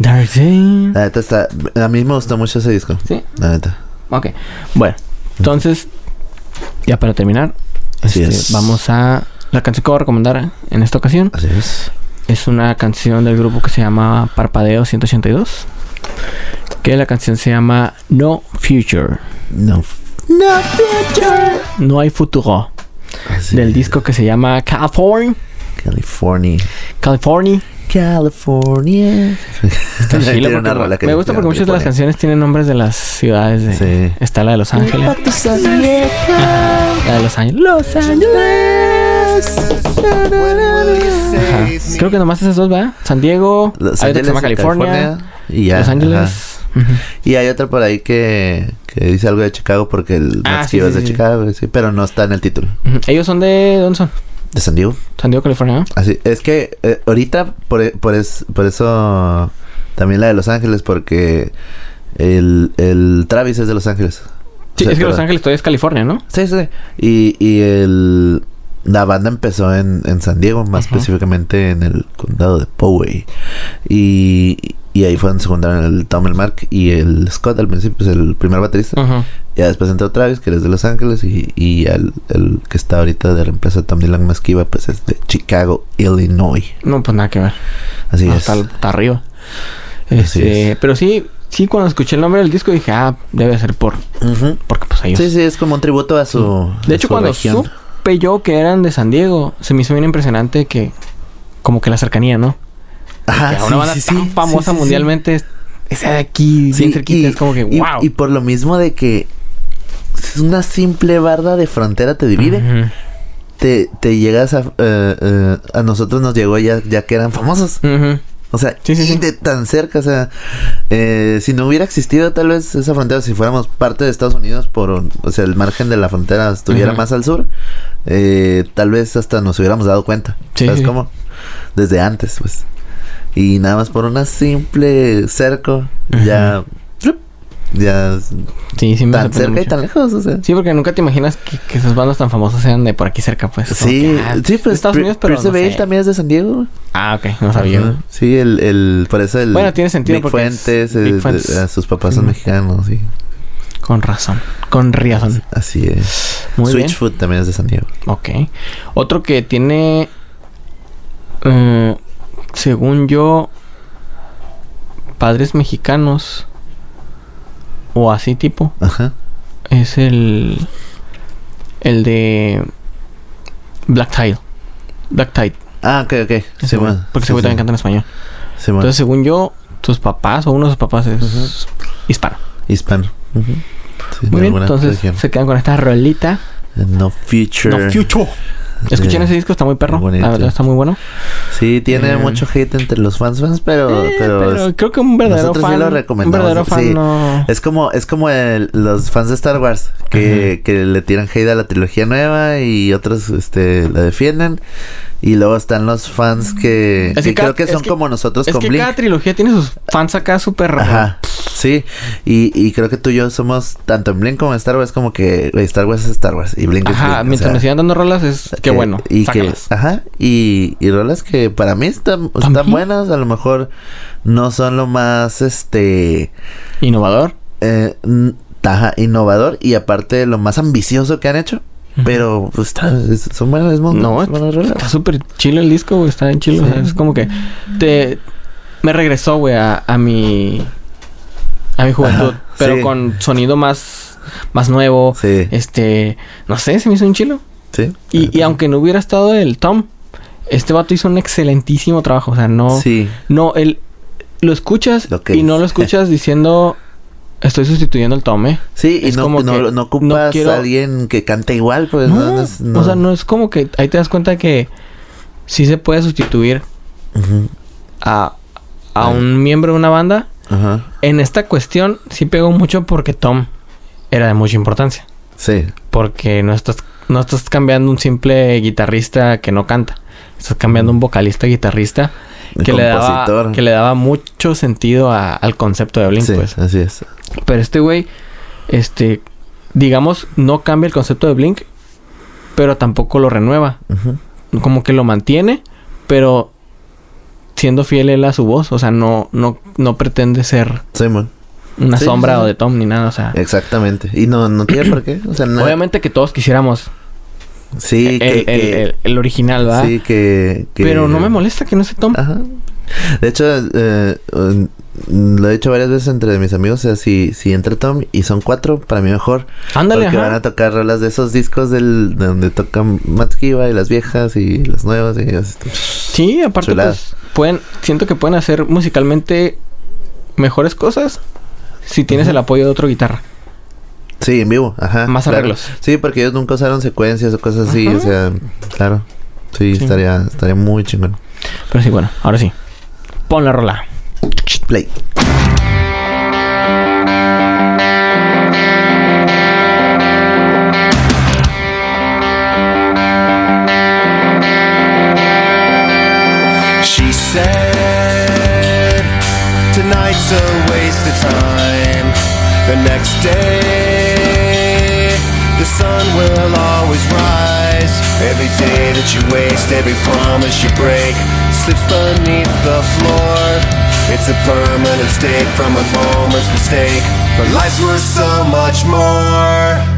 B: Darcy.
C: La neta está. A mí me gustó mucho ese disco.
B: Sí.
C: La neta.
B: Ok. Bueno, entonces, ya para terminar,
C: Así
B: este,
C: es.
B: vamos a. La canción que voy a recomendar en esta ocasión
C: Así es.
B: es una canción del grupo que se llama Parpadeo 182. Que la canción se llama No Future.
C: No.
B: No hay futuro.
C: así
B: Del
C: es.
B: disco que se llama California.
C: California.
B: California.
C: California.
B: Está
C: Tiene
B: chilo
C: una
B: porque-
C: rola que
B: me gusta porque muchas de las
C: le ponen.
B: canciones tienen nombres de las ciudades de.
C: Sí.
B: Está la de Los Ángeles. La de Los Ángeles. Los Ángeles. Ajá. Creo que nomás esas dos, ¿verdad? San Diego,
C: Los
B: hay otra que se
C: Ángeles,
B: llama California,
C: y ya,
B: Los
C: ajá.
B: Ángeles. Ujú.
C: Y hay otra por ahí que, que dice algo de Chicago porque el
B: Ah,
C: Max
B: sí,
C: Kiva es
B: sí,
C: de
B: sí.
C: Chicago, sí, pero no está en el título.
B: Ujú. Ellos son de ¿dónde son?
C: De San Diego.
B: San Diego, California. ¿no?
C: Así, es que eh, ahorita por, e- por, es- por eso también la de Los Ángeles porque el, el Travis es de Los Ángeles. O
B: Sí,
C: sea,
B: es que
C: pero-
B: Los Ángeles todavía es California, ¿no?
C: Sí, sí. sí. Y, y el, la banda empezó en, en San Diego, más
B: Ajá.
C: específicamente en el condado de Poway. Y, y ahí fue donde se juntaron el Tom, el Mark y el Scott al principio, es el primer baterista.
B: Ajá.
C: Ya después entró Travis, que es de Los Ángeles, y, y ya el, el que está ahorita de reemplazo de Tom Dylan Masquiva, pues es de Chicago, Illinois.
B: No, pues nada que ver.
C: Así es.
B: hasta, hasta arriba.
C: Así
B: Este,
C: es.
B: Pero sí, sí, cuando escuché el nombre del disco dije, ah, debe ser por.
C: Ujú.
B: Porque pues ellos.
C: Sí, sí, es como un tributo a su.
B: De
C: a
B: hecho,
C: su
B: cuando
C: región.
B: supe yo que eran de San Diego, se me hizo bien impresionante que, como que la cercanía, ¿no?
C: Ajá,
B: que a una banda tan famosa
C: Ah, sí, sí, sí.
B: mundialmente, es- esa de aquí,
C: Sí,
B: bien cerquita,
C: y-
B: es como que,
C: y-
B: wow.
C: Y por lo mismo de que es una simple barda de frontera te divide, te, te llegas a. eh, eh, a nosotros nos llegó ya, ya que eran famosos.
B: Ujú, ujú.
C: O sea,
B: Sí, sí,
C: y
B: sí.
C: de tan cerca, o sea, eh, si no hubiera existido tal vez esa frontera, si fuéramos parte de Estados Unidos por, un- o sea, el margen de la frontera estuviera
B: Ujú.
C: más al sur, eh, tal vez hasta nos hubiéramos dado cuenta.
B: Sí,
C: ¿Sabes
B: sí, sí.
C: cómo? Desde antes, pues. Y nada más por una simple cerco, ya, ¡plup! ya
B: Sí, sí, me sorprende
C: tan cerca y
B: mucho.
C: tan lejos, o sea.
B: Sí, porque nunca te imaginas que, que esas bandas tan famosas sean de por aquí cerca, pues. como
C: Sí,
B: que, ah,
C: sí,
B: de
C: pues
B: Estados
C: Pri-
B: Unidos, pero. no
C: Prince of Bales
B: sé.
C: también es de San Diego.
B: Ah, ok, no sabía.
C: Ajá. Sí, el, el, por eso el.
B: Bueno, tiene sentido
C: Big
B: porque es
C: Fuentes,
B: Big
C: eh, de-
B: Fuentes.
C: eh, sus papás son
B: Ujú.
C: mexicanos, sí.
B: Con razón. Con razón.
C: Así es.
B: Muy
C: Switch
B: bien.
C: Food también es de San Diego.
B: Ok. Otro que tiene. eh, según yo. Padres mexicanos. O así tipo.
C: Ajá.
B: Es el. El de. Black Tide. Black Tide.
C: Ah, ok, ok.
B: ese güey,
C: bueno.
B: porque
C: Sí,
B: seguro
C: sí.
B: también canta en español.
C: Sí, bueno.
B: Entonces, según yo, tus papás o uno de sus papás es hispano.
C: Hispano. Ujú. Sí, de
B: Muy bien,
C: alguna
B: entonces
C: región. Eh,
B: se quedan con esta rolita.
C: No Future.
B: No Future. Escuchen
C: Sí.
B: ese disco, está muy perro.
C: Muy bonito.
B: La verdad, está muy bueno.
C: Sí, tiene
B: Eh.
C: mucho hate entre los fans, fans pero.
B: Eh,
C: pero
B: pero
C: es,
B: creo que un verdadero
C: nosotros sí
B: fan.
C: lo
B: un
C: recomendamos,
B: verdadero fan
C: sí.
B: no.
C: es como, es como el- los fans de Star Wars que, que le tiran hate a la trilogía nueva y otros este, la defienden. Y luego están los fans que,
B: Es que
C: que
B: cada-
C: creo que
B: es
C: son
B: que-
C: como nosotros
B: Es
C: con
B: que
C: Blink.
B: cada trilogía tiene sus fans acá súper.
C: Ajá. Sí, y, y creo que tú y yo somos tanto en Blink como en Star Wars, como que güey, Star Wars es Star Wars y Blink
B: Ajá,
C: es Blink. o
B: mientras
C: sea,
B: me sigan dando rolas es qué
C: que-
B: bueno.
C: Y
B: sácalas.
C: que, ajá, y, y rolas que para mí están, están
B: También.
C: buenas, a lo mejor no son lo más, este,
B: Innovador.
C: eh, n- ajá, innovador y aparte lo más ambicioso que han hecho. Pero pues, está- es- son buenas, es mon-
B: No,
C: son buenas rolas.
B: Está súper chilo el disco, güey. Está en chilo. o sea, es como que te me regresó, güey, a, a mi a mi juventud,
C: Ajá,
B: pero
C: sí.
B: con sonido más más nuevo.
C: Sí,
B: Este, no sé, se me hizo un chilo.
C: sí.
B: Y, y aunque no hubiera estado el Tom, este vato hizo un excelentísimo trabajo, o sea, no
C: Sí,
B: no el lo escuchas
C: Lo que
B: y no
C: es.
B: lo escuchas diciendo estoy sustituyendo al Tom, eh.
C: sí, y
B: Es
C: no,
B: como
C: no,
B: que
C: no
B: no
C: ocupas
B: quiero-
C: a alguien que cante igual, pues
B: no,
C: no, no es-
B: o sea, no es como que ahí te das cuenta que sí se puede sustituir
C: Ujú,
B: a, a un miembro de una banda.
C: Ajá,
B: En esta cuestión sí pegó mucho porque Tom era de mucha importancia.
C: sí,
B: Porque no estás, no estás cambiando un simple guitarrista que no canta. Estás cambiando un vocalista guitarrista
C: El
B: que le, daba,
C: compositor.
B: que le daba mucho sentido a- al concepto de Blink.
C: sí,
B: pues.
C: así es.
B: Pero este güey, este, digamos, no cambia el concepto de Blink, pero tampoco lo renueva.
C: Ujú.
B: como que lo mantiene, pero siendo fiel él a su voz, o sea, no no no pretende ser
C: Simón,
B: una
C: Sí,
B: sombra
C: sí, sí.
B: o de Tom ni nada, o sea,
C: exactamente. Y no, no tiene por qué. O sea, no-
B: obviamente que todos quisiéramos
C: Sí,
B: el,
C: que,
B: el-
C: que-
B: el- el original, ¿va?
C: sí, que, que- Ah,
B: Pero no me molesta que no sea Tom.
C: Ajá. De hecho, eh, eh, lo he dicho varias veces entre mis amigos. O sea, si, si entra Tom y son cuatro, para mí mejor.
B: Ándale,
C: porque
B: ajá.
C: van a tocar rolas de esos discos del, de donde tocan Matt Skiba y las viejas y las nuevas. Y así.
B: Sí, aparte
C: Chulada.
B: pues pueden siento que pueden hacer musicalmente mejores cosas si tienes el apoyo de otra guitarra.
C: Sí, en vivo. Ajá.
B: Más
C: claro.
B: arreglos.
C: Sí, porque ellos nunca usaron secuencias o cosas así. O sea, claro. Sí,
B: Sí.
C: Estaría, estaría muy chingón.
B: Pero sí, bueno, ahora sí. Pon la rola.
C: Play.
E: She said, Tonight's a waste of time. The next day, the sun will always rise. Every day that you waste, every promise you break, slips beneath the floor. It's a permanent state from a moment's mistake. But life's worth so much more.